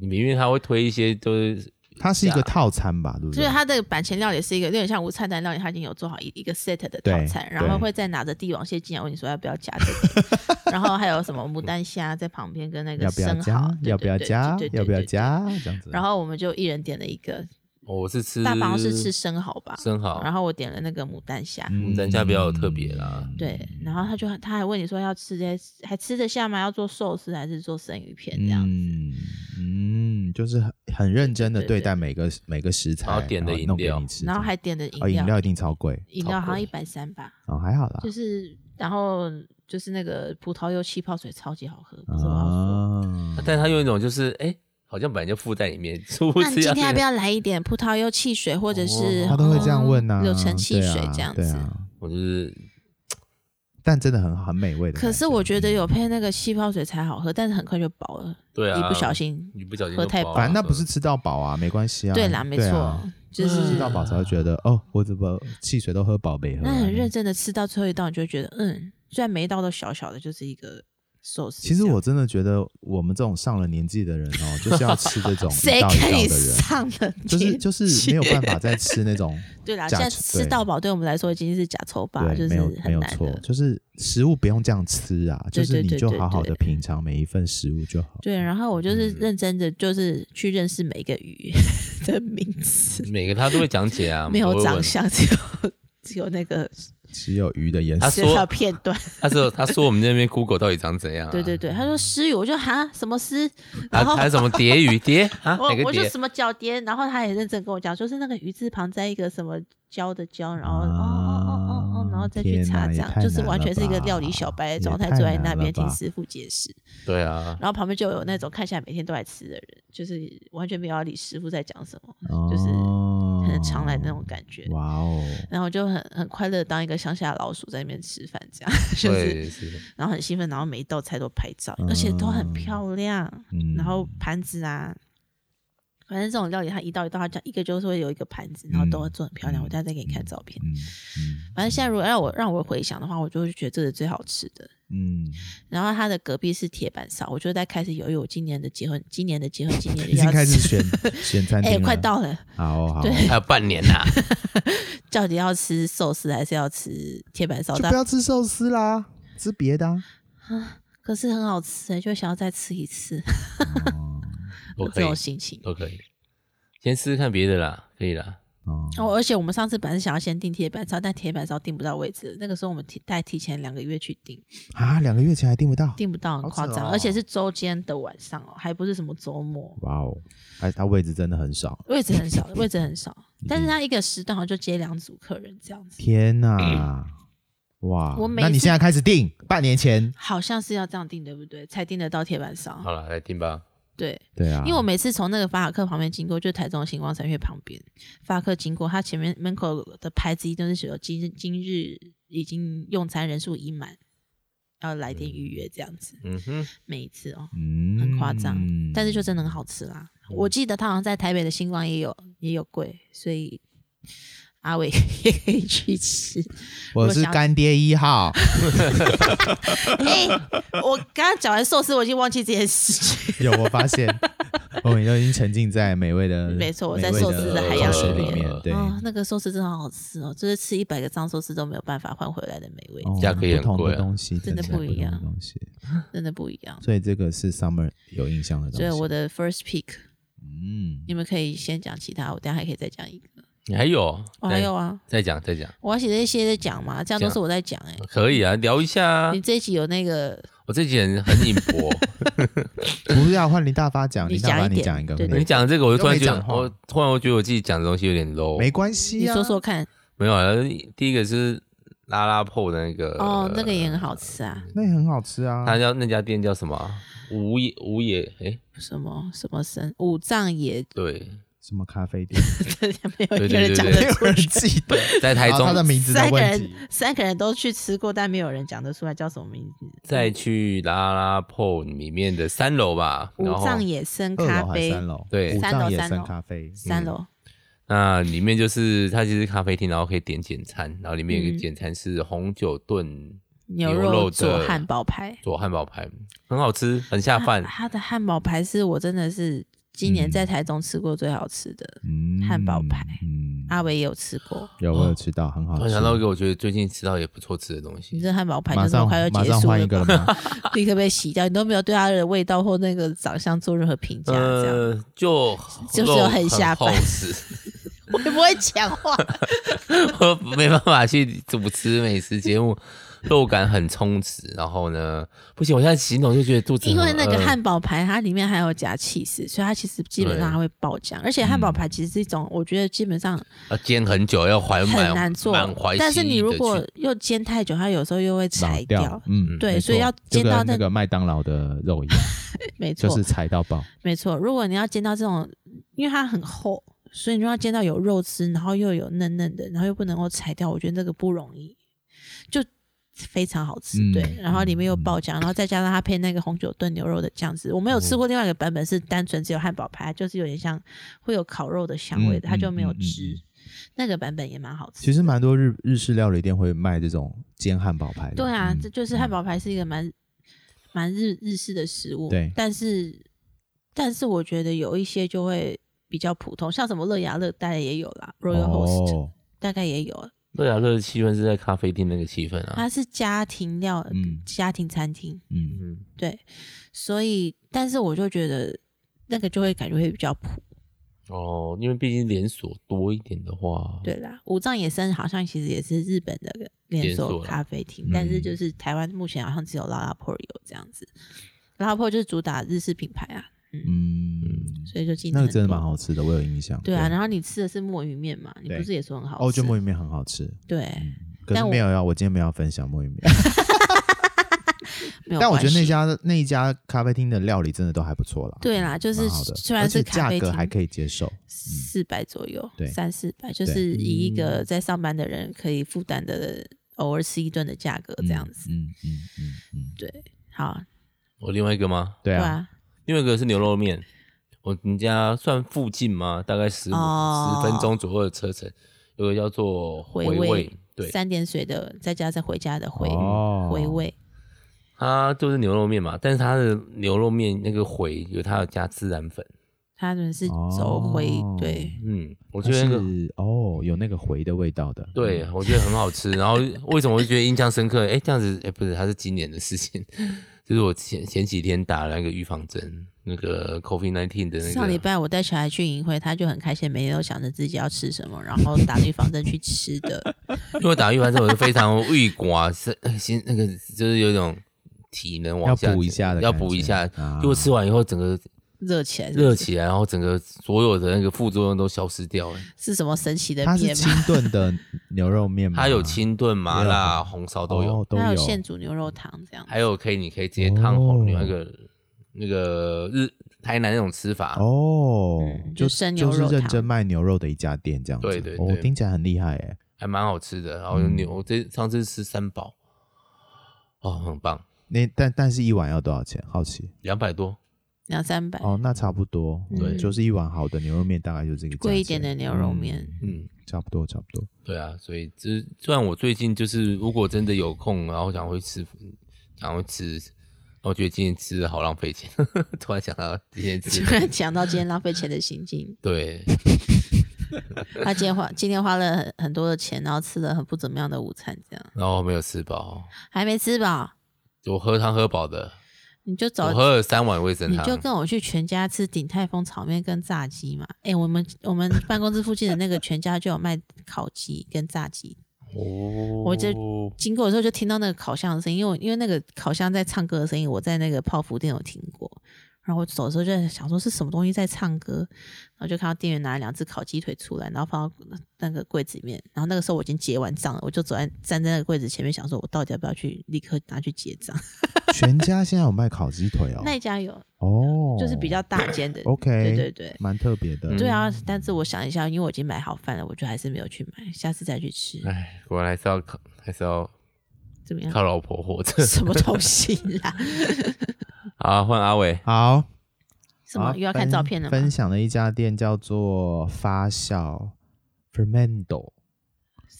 Speaker 2: 明明他会推一些都是
Speaker 3: 它是一个套餐吧，对不
Speaker 1: 啊就
Speaker 3: 对？
Speaker 1: 是它的板前料理是一个有点像无菜单料理，它已经有做好一一个 set 的套餐，
Speaker 3: 对
Speaker 1: 然后
Speaker 3: 对
Speaker 1: 会再拿着帝王蟹进来问你说要不要加这个， 然后还有什么牡丹虾在旁边跟那个
Speaker 3: 要不要
Speaker 1: 生
Speaker 3: 加
Speaker 1: 蚝？对
Speaker 3: 要不要
Speaker 1: 对对
Speaker 3: 加
Speaker 1: 对？对
Speaker 3: 要不要
Speaker 1: 对对
Speaker 3: 加？这样子。
Speaker 1: 然后我们就一人点了一个，
Speaker 2: 哦我是吃
Speaker 1: 大宝是吃生蚝吧，
Speaker 2: 生蚝，
Speaker 1: 然后我点了那个牡丹虾，
Speaker 3: 嗯，
Speaker 2: 牡丹虾比较有特别啦
Speaker 1: 对，然后他就他还问你说要吃这些，还吃得下吗？要做寿司还是做生鱼片这样？
Speaker 3: 嗯嗯，就是很很认真的
Speaker 1: 对对
Speaker 3: 对待每个每个食材，
Speaker 2: 然后点的
Speaker 3: 然后
Speaker 2: 饮
Speaker 3: 弄给
Speaker 2: 料
Speaker 3: 你吃
Speaker 1: 然后
Speaker 3: 这样
Speaker 1: 还点的饮
Speaker 3: 哦，饮料
Speaker 1: 料
Speaker 3: 一，定超贵
Speaker 1: 饮料好
Speaker 2: 超
Speaker 1: 像
Speaker 2: 贵
Speaker 1: 一百三吧，
Speaker 3: 哦，还好啦。
Speaker 1: 就是然后就是那个葡萄柚气泡水超级好喝，不是我要说。
Speaker 3: 啊，
Speaker 2: 但他有一种就是哎、好像本来就附在里面，殊不
Speaker 1: 那你
Speaker 2: 知
Speaker 1: 今
Speaker 2: 啊
Speaker 1: 天要不
Speaker 2: 要？
Speaker 1: 要来一点葡萄柚汽水，或者是
Speaker 3: 哦他都会这样问呐，
Speaker 1: 柳橙汽
Speaker 3: 对
Speaker 1: 水
Speaker 3: 啊
Speaker 1: 这样
Speaker 3: 对
Speaker 1: 子？
Speaker 3: 啊
Speaker 2: 我就是
Speaker 3: 但真的很好，很美味的感觉。嗯
Speaker 1: 可是我觉
Speaker 3: 啊
Speaker 1: 得有配那个气泡水才好喝，但是很快就饱了，
Speaker 2: 对啊，
Speaker 1: 一不小心。
Speaker 2: 你不小心
Speaker 1: 喝
Speaker 2: 就
Speaker 1: 太
Speaker 2: 饱
Speaker 1: 饱
Speaker 2: 了
Speaker 3: 反正那不是吃到饱啊，没关系啊。
Speaker 1: 对啦，没
Speaker 3: 啊
Speaker 1: 错，就是
Speaker 3: 吃到饱才会觉得哦，我怎么汽水都喝饱没喝啊？
Speaker 1: 那很认真的吃到最后一道，你就会觉得，嗯，虽然每一道都小小的，就是一个寿司这
Speaker 3: 其
Speaker 1: 样。
Speaker 3: 实我真的觉得，我们这种上了年纪的人哦，就是要吃这种
Speaker 1: 谁
Speaker 3: 一道一
Speaker 1: 跟
Speaker 3: 道
Speaker 1: 你
Speaker 3: 的人，
Speaker 1: 上了年纪？
Speaker 3: 就是就是没有办 法再吃那种，
Speaker 1: 对啦，
Speaker 3: 假
Speaker 1: 现在
Speaker 3: 丑
Speaker 1: 吃
Speaker 3: 对
Speaker 1: 到饱对我们来说已经是假丑吧，就
Speaker 3: 对，
Speaker 1: 是
Speaker 3: 没有没
Speaker 1: 很
Speaker 3: 有
Speaker 1: 难
Speaker 3: 错，
Speaker 1: 的。
Speaker 3: 就是食物不用这样吃啊，就
Speaker 1: 对
Speaker 3: 是
Speaker 1: 对
Speaker 3: 你
Speaker 1: 对
Speaker 3: 就
Speaker 1: 对
Speaker 3: 好好
Speaker 1: 对
Speaker 3: 的品尝每一份食物就好。
Speaker 1: 对，然后我就是
Speaker 2: 嗯
Speaker 1: 认真的，就是去认识每一个 鱼的名字，
Speaker 2: 每个他都会讲解 啊，
Speaker 1: 没
Speaker 2: 我
Speaker 1: 有
Speaker 2: 会问
Speaker 1: 长。相，只有只有那个
Speaker 3: 只有鱼的颜
Speaker 2: 他
Speaker 3: 色，
Speaker 1: 只
Speaker 2: 说啊
Speaker 1: 有片段。
Speaker 2: 他说他说我们那边 Google 到底长怎样、啊？
Speaker 1: 对对对，他说诗语，我就哈什么诗，
Speaker 2: 他
Speaker 1: 然后
Speaker 2: 啊他什么蝶语蝶啊？
Speaker 1: 我
Speaker 2: 哪个
Speaker 1: 我就
Speaker 2: 蝶？
Speaker 1: 什么角蝶，然后他也认真跟我讲，就是那个鱼字旁在一个什么胶的胶，然后哦哦哦哦哦，然后再去
Speaker 3: 啊天
Speaker 1: 查
Speaker 3: 哪
Speaker 1: 这
Speaker 3: 也
Speaker 1: 样，
Speaker 3: 太
Speaker 1: 就是
Speaker 3: 难
Speaker 1: 完
Speaker 3: 了
Speaker 1: 全是一个
Speaker 3: 吧
Speaker 1: 料理小白
Speaker 3: 也
Speaker 1: 的状态，
Speaker 3: 太
Speaker 1: 坐在
Speaker 3: 难
Speaker 1: 那
Speaker 3: 了
Speaker 1: 边听
Speaker 3: 吧
Speaker 1: 师傅解释，
Speaker 2: 对啊，
Speaker 1: 然后旁边就有那种看起来每天都来吃的人，就是完全没有要理师傅在讲什么，就是很常来那种感觉。
Speaker 3: 哦哇哦，
Speaker 1: 然后我就很很快乐地当一个乡下老鼠在那边吃饭，这样 就是，
Speaker 2: 对是
Speaker 1: 然后很兴奋，然后每一道菜都拍照，而且都很
Speaker 3: 嗯
Speaker 1: 漂亮。
Speaker 3: 嗯
Speaker 1: 然后盘子啊，反正这种料理它一道一道，它这样一个就是会有一个盘子，然后都会做得很漂亮。
Speaker 3: 嗯
Speaker 1: 我待会再给你看照片。
Speaker 3: 嗯
Speaker 1: 反正现在如果让我让我回想的话，我就会觉得这是最好吃的。
Speaker 3: 嗯，嗯
Speaker 1: 然后它的隔壁是铁板烧，我就在开始犹豫，我今年的结婚，今年的结婚纪念日
Speaker 3: 已经
Speaker 1: 要
Speaker 3: 开始
Speaker 1: 吃。
Speaker 3: 选 选餐
Speaker 1: 哎、
Speaker 3: 厅了，
Speaker 1: 快到了，
Speaker 3: 好哦好哦，
Speaker 1: 对
Speaker 2: 还有半年呐、
Speaker 1: 到底要吃寿司还是要吃铁板烧？
Speaker 3: 就
Speaker 1: 但
Speaker 3: 不要吃寿司啦，吃别的啊。
Speaker 1: 可是很好吃、哎，就想要再吃一 次，
Speaker 3: 哦
Speaker 2: 我可
Speaker 1: 这
Speaker 2: 以
Speaker 1: 种心情。
Speaker 2: 都可以，先试试看别的啦，可以啦。
Speaker 3: 哦
Speaker 1: 哦，而且我们上次本来是想要先订铁板烧，但铁板烧订不到位置，那个时候我们提大概提前两个月去订，
Speaker 3: 啊，两个月前还订不到，
Speaker 1: 订不到很
Speaker 3: 好扯
Speaker 1: 夸张，
Speaker 3: 哦
Speaker 1: 而且是周间的晚上哦，还不是什么周末，
Speaker 3: 哇哦，哎，它位置真的很少，
Speaker 1: 位置很少，嗯位置很少，但是他一个时段好像就接两组客人这样子，
Speaker 3: 天哪、哇
Speaker 1: 嗯我，每
Speaker 3: 那你
Speaker 1: 次
Speaker 3: 现在开始订，半年前，
Speaker 1: 好像是要这样订对不对？才订得到铁板烧，
Speaker 2: 好了，来听吧。
Speaker 1: 对。
Speaker 3: 对啊，
Speaker 1: 因为我每次从那个法尔克旁边经过，就台中星光三月旁边，法尔克经过，它前面门口的牌子一定是有今日今日已经用餐人数已满，要来电预约这样子。
Speaker 2: 嗯哼，
Speaker 1: 每一次哦，
Speaker 3: 嗯
Speaker 1: 很夸张，但是就真的很好吃啦。我记得它好像在台北的星光也有也有贵，所以阿伟 也可以去吃。
Speaker 3: 我
Speaker 1: 我
Speaker 3: 是
Speaker 1: 想
Speaker 3: 干爹一号，
Speaker 1: 哎、我刚刚讲完寿司，我已经忘记这件事情。
Speaker 3: 有我 发现，我们都已经沉浸在美味的，
Speaker 1: 没错我
Speaker 3: 美
Speaker 1: 在
Speaker 3: 味
Speaker 1: 寿司
Speaker 2: 的海洋
Speaker 3: 美食
Speaker 2: 里
Speaker 3: 里
Speaker 2: 面
Speaker 3: 面，对，
Speaker 1: 哦，那个寿司真的好好吃哦，就是吃一百个脏寿司都没有办法换回来的美味，
Speaker 3: 哦
Speaker 2: 价格也很
Speaker 3: 不同
Speaker 2: 贵啊
Speaker 3: 的东西，
Speaker 1: 真的
Speaker 3: 不
Speaker 1: 不一样
Speaker 3: 同的东西，
Speaker 1: 真的不一样。
Speaker 3: 所以这个是 Summer 有印象的东
Speaker 1: 所以
Speaker 3: 西，
Speaker 1: 我的 first pick，
Speaker 3: 嗯
Speaker 1: 你们可以先讲其他，我等一下还可以再讲一个。
Speaker 2: 你还有？哦
Speaker 1: 我还有啊，
Speaker 2: 再讲再讲，
Speaker 1: 我要写这些在讲嘛，这样都是我在讲哎、
Speaker 2: 可以啊，聊一下
Speaker 3: 呃
Speaker 2: 啊
Speaker 1: 你。这一集有那个，
Speaker 2: 我这集很很隐 薄，
Speaker 3: 不要换林大发讲，
Speaker 1: 你
Speaker 3: 林大
Speaker 1: 讲
Speaker 3: 发
Speaker 1: 一
Speaker 3: 你
Speaker 1: 点
Speaker 3: 讲一个，
Speaker 1: 对
Speaker 2: 你讲这个，我就突然觉
Speaker 3: 都没
Speaker 2: 得
Speaker 3: 讲，话
Speaker 2: 我突然我觉得我自己讲的东西有点 low。
Speaker 3: 没关系
Speaker 1: 你
Speaker 3: 啊，
Speaker 1: 说说看。
Speaker 2: 没有啊，第一个是拉拉破的那个
Speaker 3: 呃
Speaker 1: 哦，那个也很好吃啊，
Speaker 3: 那也很好吃啊，
Speaker 2: 他叫那家店叫什么啊？无野无野哎、
Speaker 1: 什么什么生五脏也，
Speaker 2: 对，
Speaker 3: 什么咖啡 店，
Speaker 1: 没有一个
Speaker 2: 对对对
Speaker 1: 人讲
Speaker 2: 对
Speaker 1: 得
Speaker 3: 没有
Speaker 1: 出
Speaker 3: 人
Speaker 1: 来。
Speaker 3: 记得，
Speaker 2: 在台
Speaker 3: 然后
Speaker 2: 中
Speaker 3: 啊他的名字的
Speaker 1: 三个
Speaker 3: 问
Speaker 1: 人
Speaker 3: 题，
Speaker 1: 三个人都去吃过，但没有人讲得出来叫什么名字。
Speaker 2: 再去拉拉破里面的三楼吧，
Speaker 1: 五
Speaker 2: 然后
Speaker 1: 藏野生
Speaker 3: 二
Speaker 1: 咖
Speaker 3: 楼还是
Speaker 1: 啡，
Speaker 3: 三楼？
Speaker 2: 对
Speaker 3: 五
Speaker 1: 三楼
Speaker 3: 藏野
Speaker 1: 三
Speaker 3: 生
Speaker 1: 楼
Speaker 3: 咖啡，嗯
Speaker 1: 三楼
Speaker 2: 嗯那里面就是它其实是咖啡厅，然后可以点简餐，然后里面有一个
Speaker 1: 嗯
Speaker 2: 简餐是红酒炖
Speaker 1: 牛
Speaker 2: 牛肉
Speaker 1: 肉
Speaker 2: 的
Speaker 1: 佐汉堡排，
Speaker 2: 做汉堡排，很好吃，很下饭
Speaker 1: 它。它的汉堡排是我真的是今年
Speaker 3: 嗯
Speaker 1: 在台中吃过最好吃的，
Speaker 3: 嗯
Speaker 1: 汉堡啊排
Speaker 3: 嗯，
Speaker 1: 阿伟也有吃过。
Speaker 3: 有我有吃到，很好
Speaker 2: 突
Speaker 3: 吃。
Speaker 2: 然哦想到一个我觉得最近吃到也不错吃的东
Speaker 1: 你
Speaker 2: 西，
Speaker 1: 这汉堡排
Speaker 3: 马
Speaker 1: 就这么
Speaker 3: 上
Speaker 1: 快就
Speaker 3: 马
Speaker 1: 结
Speaker 3: 上
Speaker 1: 束
Speaker 3: 换
Speaker 1: 了
Speaker 3: 一个了
Speaker 1: 吧？
Speaker 3: 吗？
Speaker 1: 立刻被洗掉，你都没有对它的味道或那个长相做任何评价，这样、
Speaker 2: 呃，就
Speaker 1: 就是
Speaker 2: 肉
Speaker 1: 很下
Speaker 2: 厚
Speaker 1: 饭
Speaker 2: 实
Speaker 1: 我也不会讲话。
Speaker 2: 我没办法去主持美食节目，肉感很充实。然后呢，不行，我现在形容就觉得肚子
Speaker 1: 因为
Speaker 2: 很
Speaker 1: 那个
Speaker 3: 呃
Speaker 2: 饿
Speaker 1: 汉堡排它里面还有夹起司，所以它其实基本上
Speaker 2: 对
Speaker 1: 它会爆
Speaker 3: 嗯
Speaker 1: 浆，而且汉堡排其实是一种，我觉得基本上
Speaker 2: 要煎很久，要怀
Speaker 1: 很
Speaker 2: 满
Speaker 1: 难做
Speaker 2: 满怀，
Speaker 1: 但是
Speaker 2: 心
Speaker 1: 你
Speaker 2: 意
Speaker 1: 如
Speaker 2: 地
Speaker 1: 果
Speaker 2: 去
Speaker 1: 又煎太久，它有时候又会
Speaker 3: 老
Speaker 1: 柴
Speaker 3: 掉，嗯，
Speaker 1: 对
Speaker 3: 没
Speaker 1: 所以
Speaker 3: 错
Speaker 1: 要
Speaker 3: 就
Speaker 1: 煎到
Speaker 3: 跟
Speaker 1: 那
Speaker 3: 那个麦当劳的肉 一样，
Speaker 1: 没错，
Speaker 3: 就是踩到爆。
Speaker 1: 没错。如果你要煎到这种，因为它很厚，所以你就要煎到有肉吃，然后又有嫩嫩的，然后又不能够柴掉，我觉得这个不容易，就非常好吃。
Speaker 3: 嗯哦
Speaker 1: 对，然后里面又爆浆，然后再加上它配那个红酒炖牛肉的酱汁。我没有吃过另外一个版本是单纯只有汉堡排，就是有点像会有烤肉的香味的，
Speaker 3: 嗯
Speaker 1: 它就没有
Speaker 3: 嗯嗯嗯
Speaker 1: 汁。
Speaker 3: 嗯
Speaker 1: 那个版本也蛮好吃的。
Speaker 3: 其实蛮多日日式料理店会卖这种煎汉堡排的。
Speaker 1: 对啊，
Speaker 3: 嗯
Speaker 1: 这就是汉堡排是一个蛮蛮日日式的食物，
Speaker 3: 对
Speaker 1: 但是但是我觉得有一些就会比较普通，像什么乐雅乐大概也有啦，Royal Host、
Speaker 3: 哦，
Speaker 1: 大概也有，啊
Speaker 2: 乐雅啊乐的气氛是在咖啡厅那个气氛啊，
Speaker 1: 它是家庭料、
Speaker 3: 嗯
Speaker 1: 家庭餐厅，
Speaker 3: 嗯，
Speaker 2: 嗯，
Speaker 1: 对，所以但是我就觉得那个就会感觉会比较普，
Speaker 2: 哦，因为毕竟连锁多一点的话，
Speaker 1: 对啦。五藏野生好像其实也是日本的连
Speaker 2: 连
Speaker 1: 锁
Speaker 2: 锁啦
Speaker 1: 咖啡厅，
Speaker 3: 嗯
Speaker 1: 但是就是台湾目前好像只有拉拉破有这样子，拉拉破就是主打日式品牌啊。
Speaker 3: 嗯，
Speaker 1: 所以就进
Speaker 3: 那个真的蛮好吃的，我有印象。
Speaker 1: 对啊，然后你吃的是墨鱼面嘛，你
Speaker 3: 对
Speaker 1: 不是也说很好吃？
Speaker 3: 哦，我觉得墨鱼嗯面很好吃，
Speaker 1: 对，
Speaker 3: 可
Speaker 1: 但
Speaker 3: 是
Speaker 1: 我
Speaker 3: 没有要，我今天没有要分享墨鱼面。
Speaker 1: 没有
Speaker 3: 但我觉得那
Speaker 1: 关系
Speaker 3: 家那一家咖啡厅的料理真的都还不错啦，
Speaker 1: 对啦，就是
Speaker 3: 蛮好的，
Speaker 1: 虽
Speaker 3: 而
Speaker 1: 然
Speaker 3: 且
Speaker 1: 是咖
Speaker 3: 价
Speaker 1: 啡
Speaker 3: 格
Speaker 1: 厅，
Speaker 3: 还可以接受。
Speaker 1: 四百左右
Speaker 3: 对，
Speaker 1: 三四百，就
Speaker 3: 对嗯
Speaker 1: 是以一个在上班的人可以负担的偶尔吃一顿的价格这样子。
Speaker 3: 嗯嗯嗯嗯，
Speaker 1: 对，好，
Speaker 2: 我另外一个吗？
Speaker 3: 对
Speaker 1: 对
Speaker 3: 啊，
Speaker 1: 啊，
Speaker 2: 另外一个是牛肉面，我们家算附近吗？大概十五
Speaker 1: 哦
Speaker 2: 十分钟左右的车程，有个叫做
Speaker 1: 回
Speaker 2: 味，
Speaker 1: 味
Speaker 2: 对，
Speaker 1: 三点水的，再加上回家的回
Speaker 3: 哦
Speaker 1: 回味，
Speaker 2: 它就是牛肉面嘛，但是它的牛肉面那个回有它有加孜然粉，
Speaker 1: 他们是走回
Speaker 3: 哦
Speaker 1: 对，
Speaker 2: 嗯，我
Speaker 3: 我
Speaker 2: 觉得那个
Speaker 3: 是哦，有那个回的味道的。嗯
Speaker 2: 对，我觉得很好吃。然后为什么会觉得印象深刻？哎，这样子，哎，不是，它是今年的事情， 就是我前前几天打了那个预防针，那个 COVID nineteen 的那个。
Speaker 1: 上礼拜我带小孩去营会，他就很开心，没有想着自己要吃什么，然后打预防针去吃的。
Speaker 2: 因为我打预防针，我就非常畏寡，是呃心那个就是有一种体能往
Speaker 3: 要
Speaker 2: 下
Speaker 3: 补一
Speaker 2: 减
Speaker 3: 下的
Speaker 2: 要
Speaker 3: 感
Speaker 2: 补一
Speaker 3: 觉
Speaker 2: 下。
Speaker 3: 啊
Speaker 2: 结果吃完以后，整个
Speaker 1: 热起来是不是
Speaker 2: 热起来，然后整个所有的那个副作用都消失掉了。
Speaker 1: 是什么神奇的
Speaker 3: 它是
Speaker 1: 面
Speaker 3: 清
Speaker 1: 吗？
Speaker 3: 炖的牛肉面吗？
Speaker 2: 它有清炖、麻
Speaker 3: 嗯啊也有
Speaker 2: 辣、红烧都有
Speaker 3: 哦，，都
Speaker 1: 还有
Speaker 3: 有
Speaker 1: 现煮牛肉汤这样子，
Speaker 2: 还有可以你可以直接烫红
Speaker 3: 哦
Speaker 2: 另外一个那个日台南那种吃法。
Speaker 3: 哦
Speaker 1: 嗯，
Speaker 3: 就
Speaker 1: 就生牛
Speaker 3: 就
Speaker 1: 肉
Speaker 3: 是认
Speaker 1: 汤
Speaker 3: 真卖牛肉的一家店这样子。
Speaker 2: 对对
Speaker 3: 哦
Speaker 2: 对，
Speaker 3: 听起来很厉害哎。
Speaker 2: 还蛮好吃的。然后有
Speaker 3: 嗯
Speaker 2: 牛，我这上次吃三宝，哦，很棒，
Speaker 3: 那但但是一碗要多少钱？好奇
Speaker 2: 两百多。
Speaker 1: 两三百，
Speaker 3: 哦，那差不多，
Speaker 1: 对
Speaker 3: 嗯就是一碗好的牛肉面大概就这个价钱
Speaker 1: 贵一点的牛肉面，
Speaker 2: 嗯，
Speaker 3: 差不多差不多。
Speaker 2: 对啊，所以这虽然我最近就是如果真的有空，然后想会吃，想会吃，然后觉得今天吃的好浪费钱， 突然想到今天 吃
Speaker 1: 突
Speaker 2: 的，
Speaker 1: 然讲到今天浪费钱的心境，
Speaker 2: 对，
Speaker 1: 他今天花今天花了很很多的钱，然后吃了很不怎么样的午餐，这样
Speaker 2: 然后没有吃饱，
Speaker 1: 还没吃饱，
Speaker 2: 我喝汤喝饱的，
Speaker 1: 你就找
Speaker 2: 我喝了三碗味噌
Speaker 1: 你
Speaker 2: 汤，
Speaker 1: 就跟我去全家吃鼎泰丰炒面跟炸鸡嘛。哎、我们我们办公室附近的那个全家就有卖烤鸡跟炸鸡。
Speaker 2: 哦，
Speaker 1: 我这经过的时候就听到那个烤箱的声音，因为我因为那个烤箱在唱歌的声音，我在那个泡芙店有听过。然后我走的时候就在想说是什么东西在唱歌，然后就看到店员拿了两只烤鸡腿出来，然后放到那个柜子里面。然后那个时候我已经结完账了，我就走在站在那个柜子前面，想说我到底要不要去立刻拿去结账？
Speaker 3: 全家现在有卖烤鸡腿 哦，
Speaker 1: 那一家有，
Speaker 3: 哦，
Speaker 1: 就是比较大间的
Speaker 3: OK，
Speaker 1: 对对对。
Speaker 3: 蛮特别的，
Speaker 1: 对啊，但是我想一下，因为我已经买好饭了，我就还是没有去买，下次再去吃，
Speaker 2: 哎，果然还是要靠，还是要
Speaker 1: 怎么样？
Speaker 2: 靠老婆活 着。
Speaker 1: 什么东西 啦？
Speaker 2: 好，啊换阿伟，
Speaker 3: 好，
Speaker 1: 什么
Speaker 3: 好
Speaker 1: 又要看照片了吗
Speaker 3: 分分？享的一家店叫做发酵 Fermento，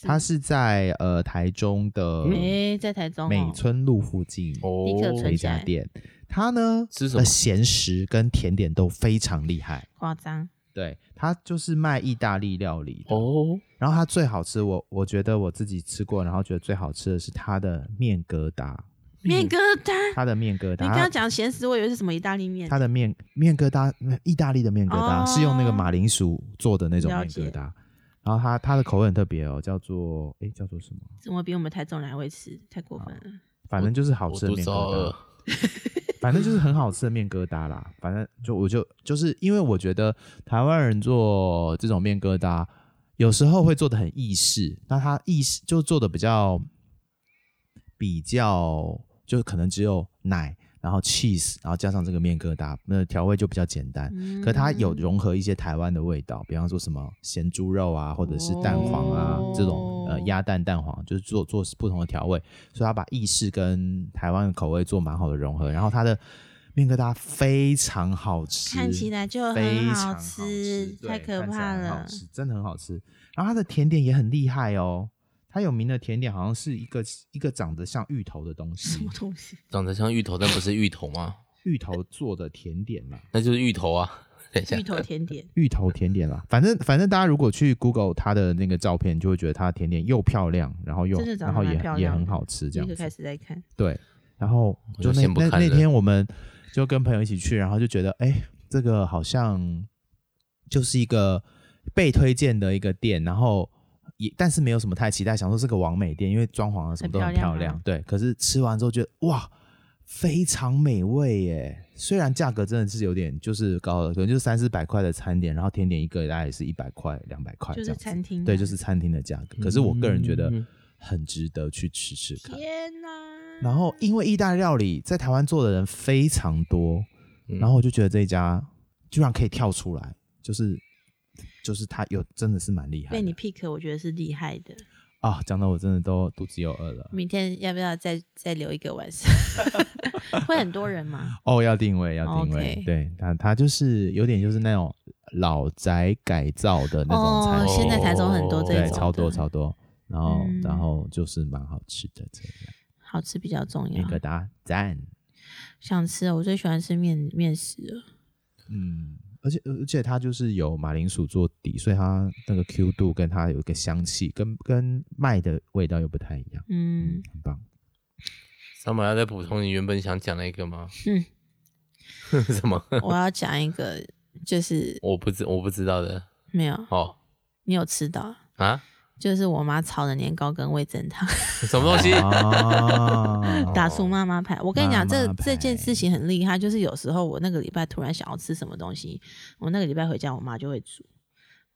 Speaker 3: 它是在呃台中的
Speaker 1: 哎，在台中哦
Speaker 3: 嗯美村路附近
Speaker 2: 哦
Speaker 1: 立刻
Speaker 3: 的
Speaker 1: 存
Speaker 3: 一
Speaker 1: 起
Speaker 3: 家
Speaker 1: 来，
Speaker 3: 店。它呢
Speaker 2: 吃什么
Speaker 3: 的咸食跟甜点都非常厉害，
Speaker 1: 夸张。
Speaker 3: 对，它就是卖意大利料理的。
Speaker 2: 哦，
Speaker 3: 然后它最好吃，我我觉得我自己吃过，然后觉得最好吃的是它的面疙瘩，
Speaker 1: 面疙瘩，
Speaker 3: 它的面疙瘩，
Speaker 1: 你刚刚讲咸食，我以为是什么意大利面。
Speaker 3: 它的面面疙瘩，意大利的面疙瘩、
Speaker 1: 哦
Speaker 3: 是用那个马铃薯做的那种
Speaker 1: 了
Speaker 3: 面
Speaker 1: 解
Speaker 3: 疙瘩。然后它它的口味很特别哦，叫做诶叫做什么？
Speaker 1: 怎么比我们台中人还会吃？太过分了。
Speaker 3: 反正就是好
Speaker 2: 我
Speaker 3: 吃的
Speaker 2: 肚
Speaker 3: 面
Speaker 2: 子
Speaker 3: 疙
Speaker 2: 好
Speaker 3: 瘩
Speaker 2: 饿，，
Speaker 3: 反正就是很好吃的面疙瘩啦。反正就我就就是因为我觉得台湾人做这种面疙瘩，有时候会做的很意式，那它意式就做的比较比较，就可能只有奶，然后 cheese，然后加上这个面疙瘩，那调味就比较简单。
Speaker 1: 嗯
Speaker 3: 可它有融合一些台湾的味道，比方说什么咸猪肉啊，或者是蛋黄啊、
Speaker 1: 哦
Speaker 3: 这种呃鸭蛋蛋黄，就是做做不同的调味，所以它把意式跟台湾的口味做蛮好的融合。然后它的面疙瘩非常好吃，
Speaker 1: 看起来就
Speaker 3: 非
Speaker 1: 很
Speaker 3: 常
Speaker 1: 好
Speaker 3: 好
Speaker 1: 吃，太
Speaker 3: 对
Speaker 1: 可
Speaker 3: 看起
Speaker 1: 怕
Speaker 3: 来很
Speaker 1: 了
Speaker 3: 好。吃，真的很好吃。然后它的甜点也很厉害哦，它有名的甜点好像是一个一个长得像芋头的东
Speaker 1: 什
Speaker 3: 西
Speaker 1: 么，东西？
Speaker 2: 长得像芋头，但不是芋头吗？
Speaker 3: 芋头做的甜点嘛。
Speaker 2: 那就是芋头啊。等一下
Speaker 3: 嗯
Speaker 1: 芋，头甜 点，
Speaker 3: 芋头甜点啦，反正反正大家如果去 Google 它的那个照片，就会觉得它的甜点又漂亮，然后又
Speaker 1: 真的长
Speaker 3: 然
Speaker 1: 得
Speaker 3: 后
Speaker 1: 蛮
Speaker 3: 也
Speaker 1: 漂
Speaker 3: 也
Speaker 1: 亮
Speaker 3: 很
Speaker 1: 的
Speaker 3: 好吃这
Speaker 1: 立
Speaker 3: 样
Speaker 1: 刻开
Speaker 3: 子。
Speaker 1: 始在看。
Speaker 3: 对，然后
Speaker 2: 我就
Speaker 3: 就那
Speaker 2: 先不
Speaker 3: 那
Speaker 2: 看
Speaker 3: 那
Speaker 2: 了
Speaker 3: 天我们就跟朋友一起去，然后就觉得哎、这个好像就是一个被推荐的一个店，然后也但是没有什么太期待，想说是个完美店，因为装潢啊什么
Speaker 1: 很
Speaker 3: 都
Speaker 1: 漂
Speaker 3: 很
Speaker 1: 亮
Speaker 3: 漂
Speaker 1: 啊
Speaker 3: 亮，对。可是吃完之后觉得哇。非常美味耶！虽然价格真的是有点就是高了，可能就是三四百块的餐点，然后甜点一个大概也是一百块、两百块这
Speaker 1: 就
Speaker 3: 样
Speaker 1: 是
Speaker 3: 子，
Speaker 1: 餐厅
Speaker 3: 对，
Speaker 1: 啊
Speaker 3: 就是餐厅的价格。可是我个人觉得
Speaker 2: 嗯
Speaker 3: 很值得去吃吃看。
Speaker 1: 天哪！
Speaker 3: 然后因为意大利料理在台湾做的人非常多，
Speaker 2: 嗯
Speaker 3: 然后我就觉得这一家居然可以跳出来，就是就是他有真的是蛮厉害
Speaker 1: 被你
Speaker 3: 的
Speaker 1: pick，我觉得是厉害的。
Speaker 3: 啊！讲到我真的都肚子又饿了
Speaker 1: 明天要不要再再留一个晚上？ 会很多人吗？
Speaker 3: 哦，要定位要定
Speaker 1: 哦
Speaker 3: 位
Speaker 1: OK
Speaker 3: 对他他就是有点就是那种老宅改造的 那种餐
Speaker 1: 哦，
Speaker 3: 厅，
Speaker 1: 现在台中很多这种
Speaker 3: 对
Speaker 1: 的，
Speaker 3: 超多超多，然后、
Speaker 1: 嗯
Speaker 3: 然后就是蛮好吃的这样，
Speaker 1: 好吃比较重
Speaker 3: 面
Speaker 1: 要。
Speaker 3: 疙瘩赞，
Speaker 1: 想吃哦，我最喜欢吃面面食了。
Speaker 3: 嗯。而且而且它就是有马铃薯做底，所以它那个 Q 度跟它有一个香气，跟跟麦的味道又不太一样，
Speaker 1: 嗯，
Speaker 3: 很棒。
Speaker 2: 三马要在补充你原本想讲那个吗？
Speaker 1: 嗯
Speaker 2: 什么？
Speaker 1: 我要讲一个，就是
Speaker 2: 我不知我不知道的。
Speaker 1: 没有，
Speaker 2: 哦
Speaker 1: 你有吃到，
Speaker 2: 啊，
Speaker 1: 就是我妈炒的年糕跟味噌汤，
Speaker 2: 什么东 西？
Speaker 3: 啊
Speaker 1: 打出妈妈牌。我跟你讲，这
Speaker 3: 妈妈牌
Speaker 1: 这件事情很厉害，就是有时候我那个礼拜突然想要吃什么东西，我那个礼拜回家，我妈就会煮。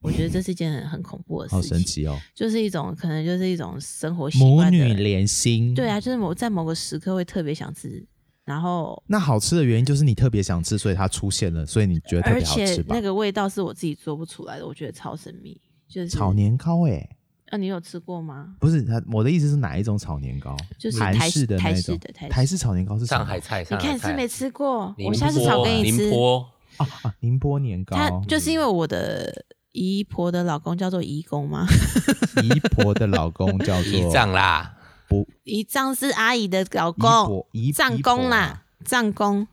Speaker 1: 我觉得这是一件很很恐怖的
Speaker 3: 好
Speaker 1: 事情，
Speaker 3: 神奇哦！
Speaker 1: 就是一种可能就是一种生活习
Speaker 3: 母
Speaker 1: 惯的
Speaker 3: 女连心，
Speaker 1: 对啊，就是某在某个时刻会特别想吃，然后
Speaker 3: 那好吃的原因就是你特别想吃，所以它出现了，所以你觉得特
Speaker 1: 而
Speaker 3: 别好吃
Speaker 1: 且
Speaker 3: 吧？
Speaker 1: 那个味道是我自己做不出来的，我觉得超神秘。就是
Speaker 3: 炒年糕哎、
Speaker 1: 啊，你有吃过吗？
Speaker 3: 不是它，我的意思是哪一种炒年糕？
Speaker 1: 就是
Speaker 3: 韩
Speaker 1: 台
Speaker 3: 式的
Speaker 1: 台
Speaker 3: 那
Speaker 1: 式
Speaker 3: 种
Speaker 1: 的台式
Speaker 3: 台式炒年糕是什么
Speaker 2: 上海菜，
Speaker 1: 你
Speaker 2: 上海
Speaker 1: 看
Speaker 2: 菜
Speaker 1: 是没吃过，
Speaker 2: 宁
Speaker 1: 我下次炒
Speaker 2: 波
Speaker 1: 给你吃
Speaker 2: 宁。波
Speaker 3: 啊啊宁波年糕
Speaker 1: 他，就是因为我的姨婆的老公叫做姨公嘛，
Speaker 3: 姨婆的老公 叫做
Speaker 2: 一丈啦，
Speaker 3: 不
Speaker 1: 姨丈是阿姨的老
Speaker 3: 姨
Speaker 1: 公，
Speaker 3: 婆姨
Speaker 1: 丈
Speaker 3: 姨
Speaker 1: 公
Speaker 3: 婆
Speaker 1: 啦，丈公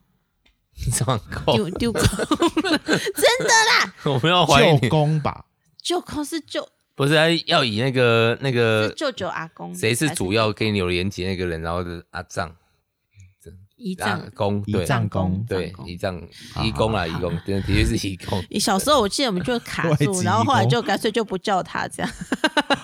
Speaker 2: 上够，
Speaker 1: 丢丢公， 真的啦，
Speaker 2: 我们要
Speaker 3: 啊，
Speaker 2: 怀疑
Speaker 3: 舅
Speaker 2: 你，
Speaker 3: 公吧，
Speaker 1: 舅公是舅
Speaker 2: 不是啊要以那个那
Speaker 1: 是
Speaker 2: 个
Speaker 1: 舅舅阿公，
Speaker 2: 呃谁是
Speaker 1: 还
Speaker 2: 主
Speaker 1: 舅
Speaker 2: 要跟你有连接那个人，然后的阿丈，
Speaker 1: 一
Speaker 2: 啊
Speaker 1: 丈，
Speaker 2: 工
Speaker 3: 一
Speaker 2: 对
Speaker 3: 丈
Speaker 1: 工
Speaker 3: 工，
Speaker 2: 对
Speaker 1: 工
Speaker 2: 一丈
Speaker 3: 好
Speaker 2: 义工啦，义工，真的的确是义工。，
Speaker 1: 你小时候我记得我们就卡
Speaker 3: 外籍
Speaker 1: 住，然后
Speaker 3: 义
Speaker 1: 后来
Speaker 3: 工
Speaker 1: 就干脆就不叫他这样，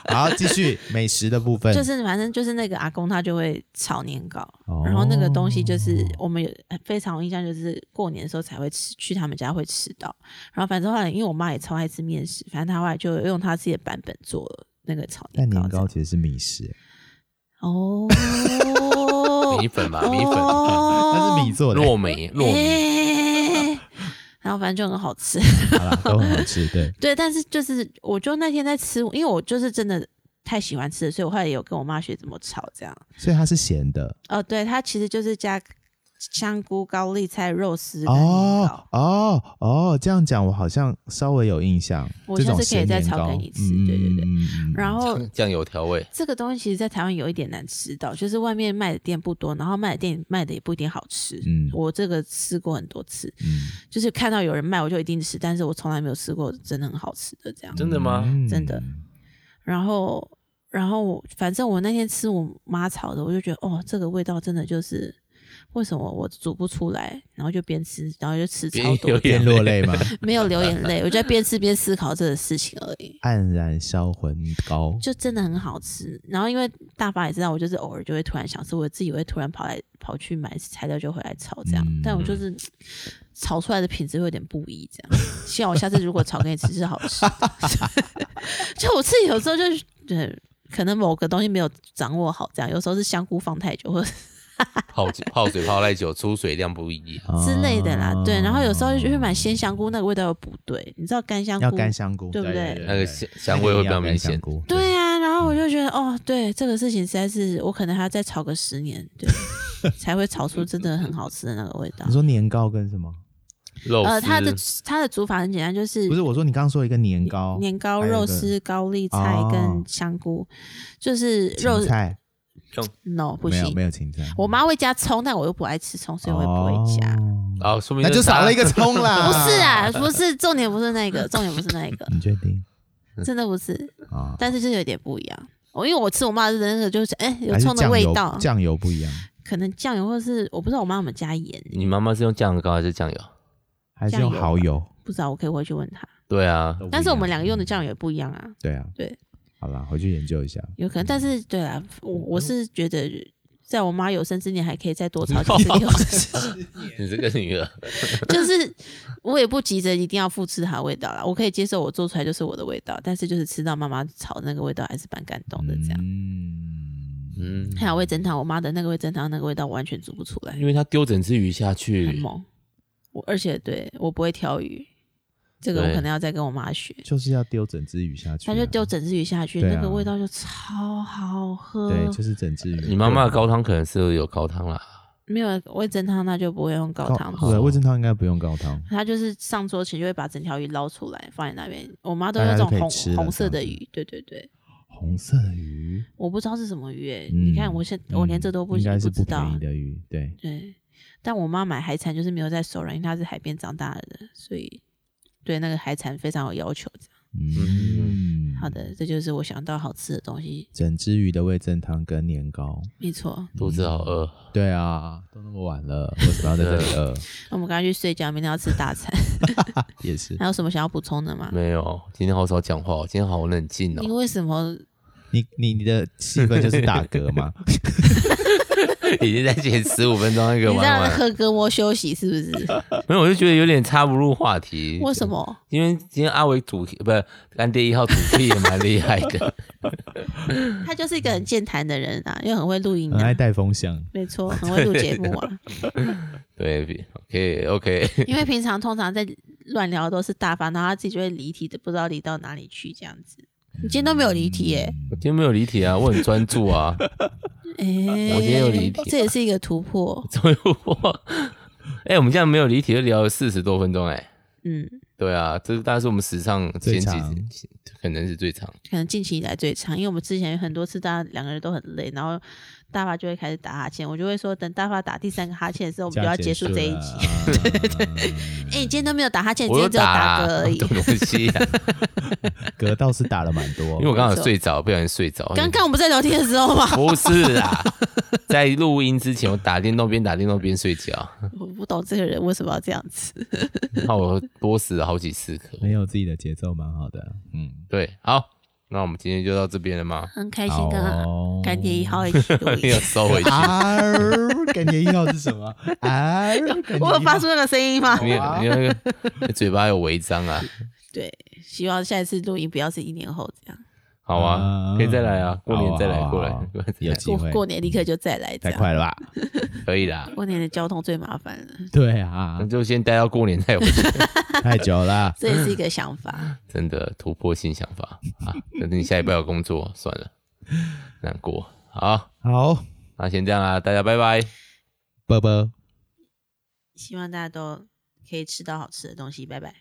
Speaker 3: 好，继续美食的部分，
Speaker 1: 就是反正就是那个阿公他就会炒年糕，然后那个东西就是
Speaker 3: 哦
Speaker 1: 我们有非常有印象，就是过年的时候才会吃，去他们家会吃到。然后反正后来因为我妈也超爱吃面食，反正她后来就用她自己的版本做了那个炒
Speaker 3: 但
Speaker 1: 年糕
Speaker 3: 年
Speaker 1: 这样。
Speaker 3: 糕其实是米食，
Speaker 1: 哦
Speaker 2: 米粉嘛，啊米 粉，
Speaker 1: 哦
Speaker 3: 它是米做的，
Speaker 2: 糯米，糯米，
Speaker 1: 哎然后反正就很好吃，
Speaker 3: 好啦，都很好吃，对，
Speaker 1: 对，但是就是我就那天在吃，因为我就是真的太喜欢吃了，所以我后来也有跟我妈学怎么炒这样。
Speaker 3: 所以它是咸的
Speaker 1: 哦，对，它其实就是加香菇、高丽菜、肉丝跟年糕。
Speaker 3: 哦哦哦，这样讲我好像稍微有印象，
Speaker 1: 我
Speaker 3: 这
Speaker 1: 下
Speaker 3: 种
Speaker 1: 次可以
Speaker 3: 咸
Speaker 1: 再
Speaker 3: 年
Speaker 1: 炒
Speaker 3: 糕
Speaker 1: 给你吃
Speaker 3: 嗯
Speaker 1: 对对对
Speaker 3: 嗯嗯嗯嗯
Speaker 1: 然后
Speaker 2: 酱油调味，
Speaker 1: 这个东西其实，在台湾有一点难吃到，就是外面卖的店不多，然后卖的店卖的也不一定好吃。
Speaker 3: 嗯
Speaker 1: 我这个吃过很多次，
Speaker 3: 嗯
Speaker 1: 就是看到有人卖我就一定吃，但是我从来没有吃过真的很好吃的这样。
Speaker 2: 真的吗
Speaker 3: 嗯
Speaker 1: 真的然后，然后我反正我那天吃我妈炒的，我就觉得哦，这个味道真的就是为什么我煮不出来，然后就边吃，然后就吃
Speaker 2: 边
Speaker 1: 超多
Speaker 2: 流，
Speaker 3: 变落泪吗？
Speaker 1: 没有流眼泪，我就在边吃边思考这个事情而已。
Speaker 3: 黯然销魂糕，
Speaker 1: 就真的很好吃。然后因为大发也知道，我就是偶尔就会突然想吃，我自己会突然跑来跑去买材料就回来炒这样。
Speaker 3: 嗯
Speaker 1: 但我就是嗯炒出来的品质会有点不一，这样。希望我下次如果炒给你吃是好 吃的。就我自己有时候就是对可能某个东西没有掌握好，这样有时候是香菇放太久或者
Speaker 2: 泡泡水泡太久，出水量不一。
Speaker 1: 之类的啦。
Speaker 3: 哦
Speaker 1: 对，然后有时候就去买鲜香菇，那个味道又不对，你知道干香菇
Speaker 3: 要干香菇，
Speaker 1: 对不对
Speaker 3: 对？
Speaker 2: 那个香香味会比较明 显。
Speaker 3: 菇，
Speaker 1: 对啊，然后我就觉得，哦，对，这个事情实在是我可能还要再炒个十年，对， 才会炒出真的很好吃的那个味道
Speaker 3: 你。说年糕跟什么？
Speaker 2: 肉丝，
Speaker 1: 呃，它的它的煮法很简单，就是
Speaker 3: 不是，我说你刚刚说一个年糕，
Speaker 1: 嗯年糕、
Speaker 3: 还有一
Speaker 1: 肉
Speaker 3: 个
Speaker 1: 丝、高丽菜
Speaker 3: 哦
Speaker 1: 跟香菇，就是
Speaker 3: 芹
Speaker 1: 肉
Speaker 3: 菜
Speaker 1: no 不
Speaker 3: 没有没
Speaker 1: 行，
Speaker 3: 有芹菜，
Speaker 1: 我妈会加葱，但我又不爱吃葱，所以我也不会加。
Speaker 3: 哦
Speaker 2: 哦，说明
Speaker 3: 那就少了一个 葱啦。
Speaker 1: 不是啊，不是重点，不是那个，重点不是那 个，
Speaker 3: 你确定
Speaker 1: 真的不是，
Speaker 3: 啊？
Speaker 1: 但是就是有点不一样。我因为我吃我妈的那个，就是哎、有
Speaker 3: 还是
Speaker 1: 葱的
Speaker 3: 酱
Speaker 1: 味
Speaker 3: 油
Speaker 1: 道，啊
Speaker 3: 酱油不一样，
Speaker 1: 可能酱油或是我不知道我妈有没有加盐，
Speaker 2: 你妈妈是用酱膏还是酱油？
Speaker 3: 还是用蚝油？
Speaker 1: 不知道，我可以回去问他。
Speaker 2: 对啊，
Speaker 3: 都不一样
Speaker 1: 但是我们两个用的酱油也不一样啊，
Speaker 3: 对啊，
Speaker 1: 对，
Speaker 3: 好啦，回去研究一下。
Speaker 1: 有可能。但是对啊，我我是觉得，在我妈有生之年还可以再多炒几次给我
Speaker 2: 你这个女儿，
Speaker 1: 就是我也不急着一定要复制它的味道啦，我可以接受我做出来就是我的味道，但是就是吃到妈妈炒那个味道还是蛮感动的这样。
Speaker 3: 嗯，
Speaker 2: 嗯，
Speaker 1: 还有味增汤，我妈的那个味增汤那个味道完全煮不出来
Speaker 2: 因，为她丢整只鱼下
Speaker 1: 很
Speaker 2: 去，
Speaker 1: 猛。我而且对我不会挑鱼，这个我
Speaker 2: 对
Speaker 1: 可能要再跟我妈学。
Speaker 3: 就是要丢整只鱼下去啊，
Speaker 1: 她就丢整只鱼下去，
Speaker 3: 对啊
Speaker 1: 那个味道就超好喝。
Speaker 3: 对，就是整只鱼。
Speaker 2: 你妈妈的高汤可能是有高汤啦，
Speaker 1: 没有味噌汤，那就不会用高汤
Speaker 3: 高哦对，
Speaker 1: 煮。
Speaker 3: 味噌汤应该不用高汤，
Speaker 1: 他就是上桌前就会把整条鱼捞出来放在那边。我妈都
Speaker 3: 大
Speaker 1: 用
Speaker 3: 家
Speaker 1: 那种
Speaker 3: 就可以
Speaker 1: 红
Speaker 3: 吃了
Speaker 1: 红色
Speaker 3: 这
Speaker 1: 的
Speaker 3: 样子
Speaker 1: 鱼，对对对，
Speaker 3: 红色的鱼。
Speaker 1: 我不知道是什么鱼、欸，
Speaker 3: 嗯
Speaker 1: 你看我现我连这都不
Speaker 3: 应该是
Speaker 1: 知
Speaker 3: 不
Speaker 1: 道
Speaker 3: 便宜。的鱼，对，
Speaker 1: 对，但我妈买海产就是没有在手软，因为她是海边长大的，所以对那个海产非常有要求。这样
Speaker 3: 嗯，
Speaker 1: 好，的，这就是我想到好吃的东西，
Speaker 3: 整只鱼的味噌汤跟年糕，
Speaker 1: 没错。
Speaker 2: 肚子
Speaker 3: 嗯
Speaker 2: 好饿，
Speaker 3: 对啊，都那么晚了，为什么要在 这里
Speaker 1: 啊
Speaker 3: 饿？
Speaker 1: 那我们赶快去睡觉，明天要吃大 餐。
Speaker 3: 也是，
Speaker 1: 还有什么想要补充的吗？
Speaker 2: 没有，今天好少讲话哦，今天好冷静
Speaker 1: 你
Speaker 2: 哦，
Speaker 1: 为什么
Speaker 3: 你你你的气氛就是打嗝 嘛，
Speaker 2: 已经在前十五分钟那个
Speaker 1: 你
Speaker 2: 玩
Speaker 1: 让
Speaker 2: 完，
Speaker 1: 喝歌窝休息是不 是？
Speaker 2: 没有，我就觉得有点插不入话题，
Speaker 1: 为什？么？
Speaker 2: 因为今天阿伟主不是干爹一号主题也蛮厉害的，
Speaker 1: 他就是一个很健谈的人啊，又很会录音
Speaker 3: 很爱
Speaker 1: 啊，
Speaker 3: 带风向，
Speaker 1: 没错，很会录节目啊。
Speaker 2: 对，OK OK，
Speaker 1: 因为平常通常在乱聊的都是大发，然后他自己就会离题的，不知道离到哪里去这样子。你今天都没有离题耶、
Speaker 2: 我今天没有离题啊，我很专注啊，
Speaker 1: 哎、
Speaker 2: 嗯我今天有离题
Speaker 1: 这也是一个突破。
Speaker 2: 所以我，哎，我们这样没有离题就聊了四十多分钟哎、
Speaker 1: 嗯，
Speaker 2: 对啊，这大概是我们史上
Speaker 3: 最
Speaker 2: 前几
Speaker 3: 长
Speaker 2: 集可能是最长。
Speaker 1: 可能近期以来最长，因为我们之前有很多次大家两个人都很累，然后大发就会开始打哈欠，我就会说等大发打第三个哈欠的时候，我们就要结束这一集。
Speaker 3: 集。对对对，
Speaker 1: 哎、你今天都没有打哈欠，你
Speaker 2: 我
Speaker 1: 今
Speaker 2: 有
Speaker 1: 天只有打
Speaker 2: 打
Speaker 1: 嗝而已。
Speaker 2: 懂 东西 啊，
Speaker 3: 格倒是打了蛮多，
Speaker 2: 因为我刚好睡着，不小心睡着。
Speaker 1: 刚刚我们在聊天的时候嘛，
Speaker 2: 不是啊， 在录音之前我打电动，边打电动边睡觉，
Speaker 1: 我不懂这个人为什么要这样子。
Speaker 2: 那我多死了好几次可恶。
Speaker 3: 没有自己的节奏，蛮好的。嗯，
Speaker 2: 对，好，那我们今天就到这边了吗？
Speaker 1: 很开心
Speaker 3: 好
Speaker 1: 跟
Speaker 3: 哦
Speaker 1: 干爹一号一起 录
Speaker 2: 要
Speaker 1: 音，
Speaker 2: 收回去。
Speaker 3: 啊，感觉一号是什么？啊，感觉
Speaker 1: 我有发出
Speaker 3: 一号
Speaker 1: 那个声音吗？
Speaker 2: 你你那个 嘴巴有违章啊？
Speaker 1: 对，希望下一次录音不要是一年后这样，
Speaker 2: 好啊，
Speaker 3: 啊
Speaker 2: 可以再来啊，过年再来
Speaker 3: 好啊
Speaker 2: 过来
Speaker 3: 好啊，
Speaker 2: 过来
Speaker 3: 有机
Speaker 1: 过
Speaker 3: 会，
Speaker 1: 过年立刻就再来这
Speaker 3: 太
Speaker 1: 样。
Speaker 3: 快了吧？
Speaker 2: 可以
Speaker 3: 啊
Speaker 2: 啦，
Speaker 1: 过年的交通最麻烦了，
Speaker 3: 对啊
Speaker 2: 那，就先待到过年再回去，
Speaker 3: 太久了。
Speaker 1: 这也是一个想 法。
Speaker 2: 真的突破性想法啊！等你下一拜有工作，算了，难过。好，
Speaker 3: 好，
Speaker 2: 那先这样啊啦，大家拜拜。
Speaker 3: 波波。
Speaker 1: 希望大家都可以吃到好吃的东西，拜拜。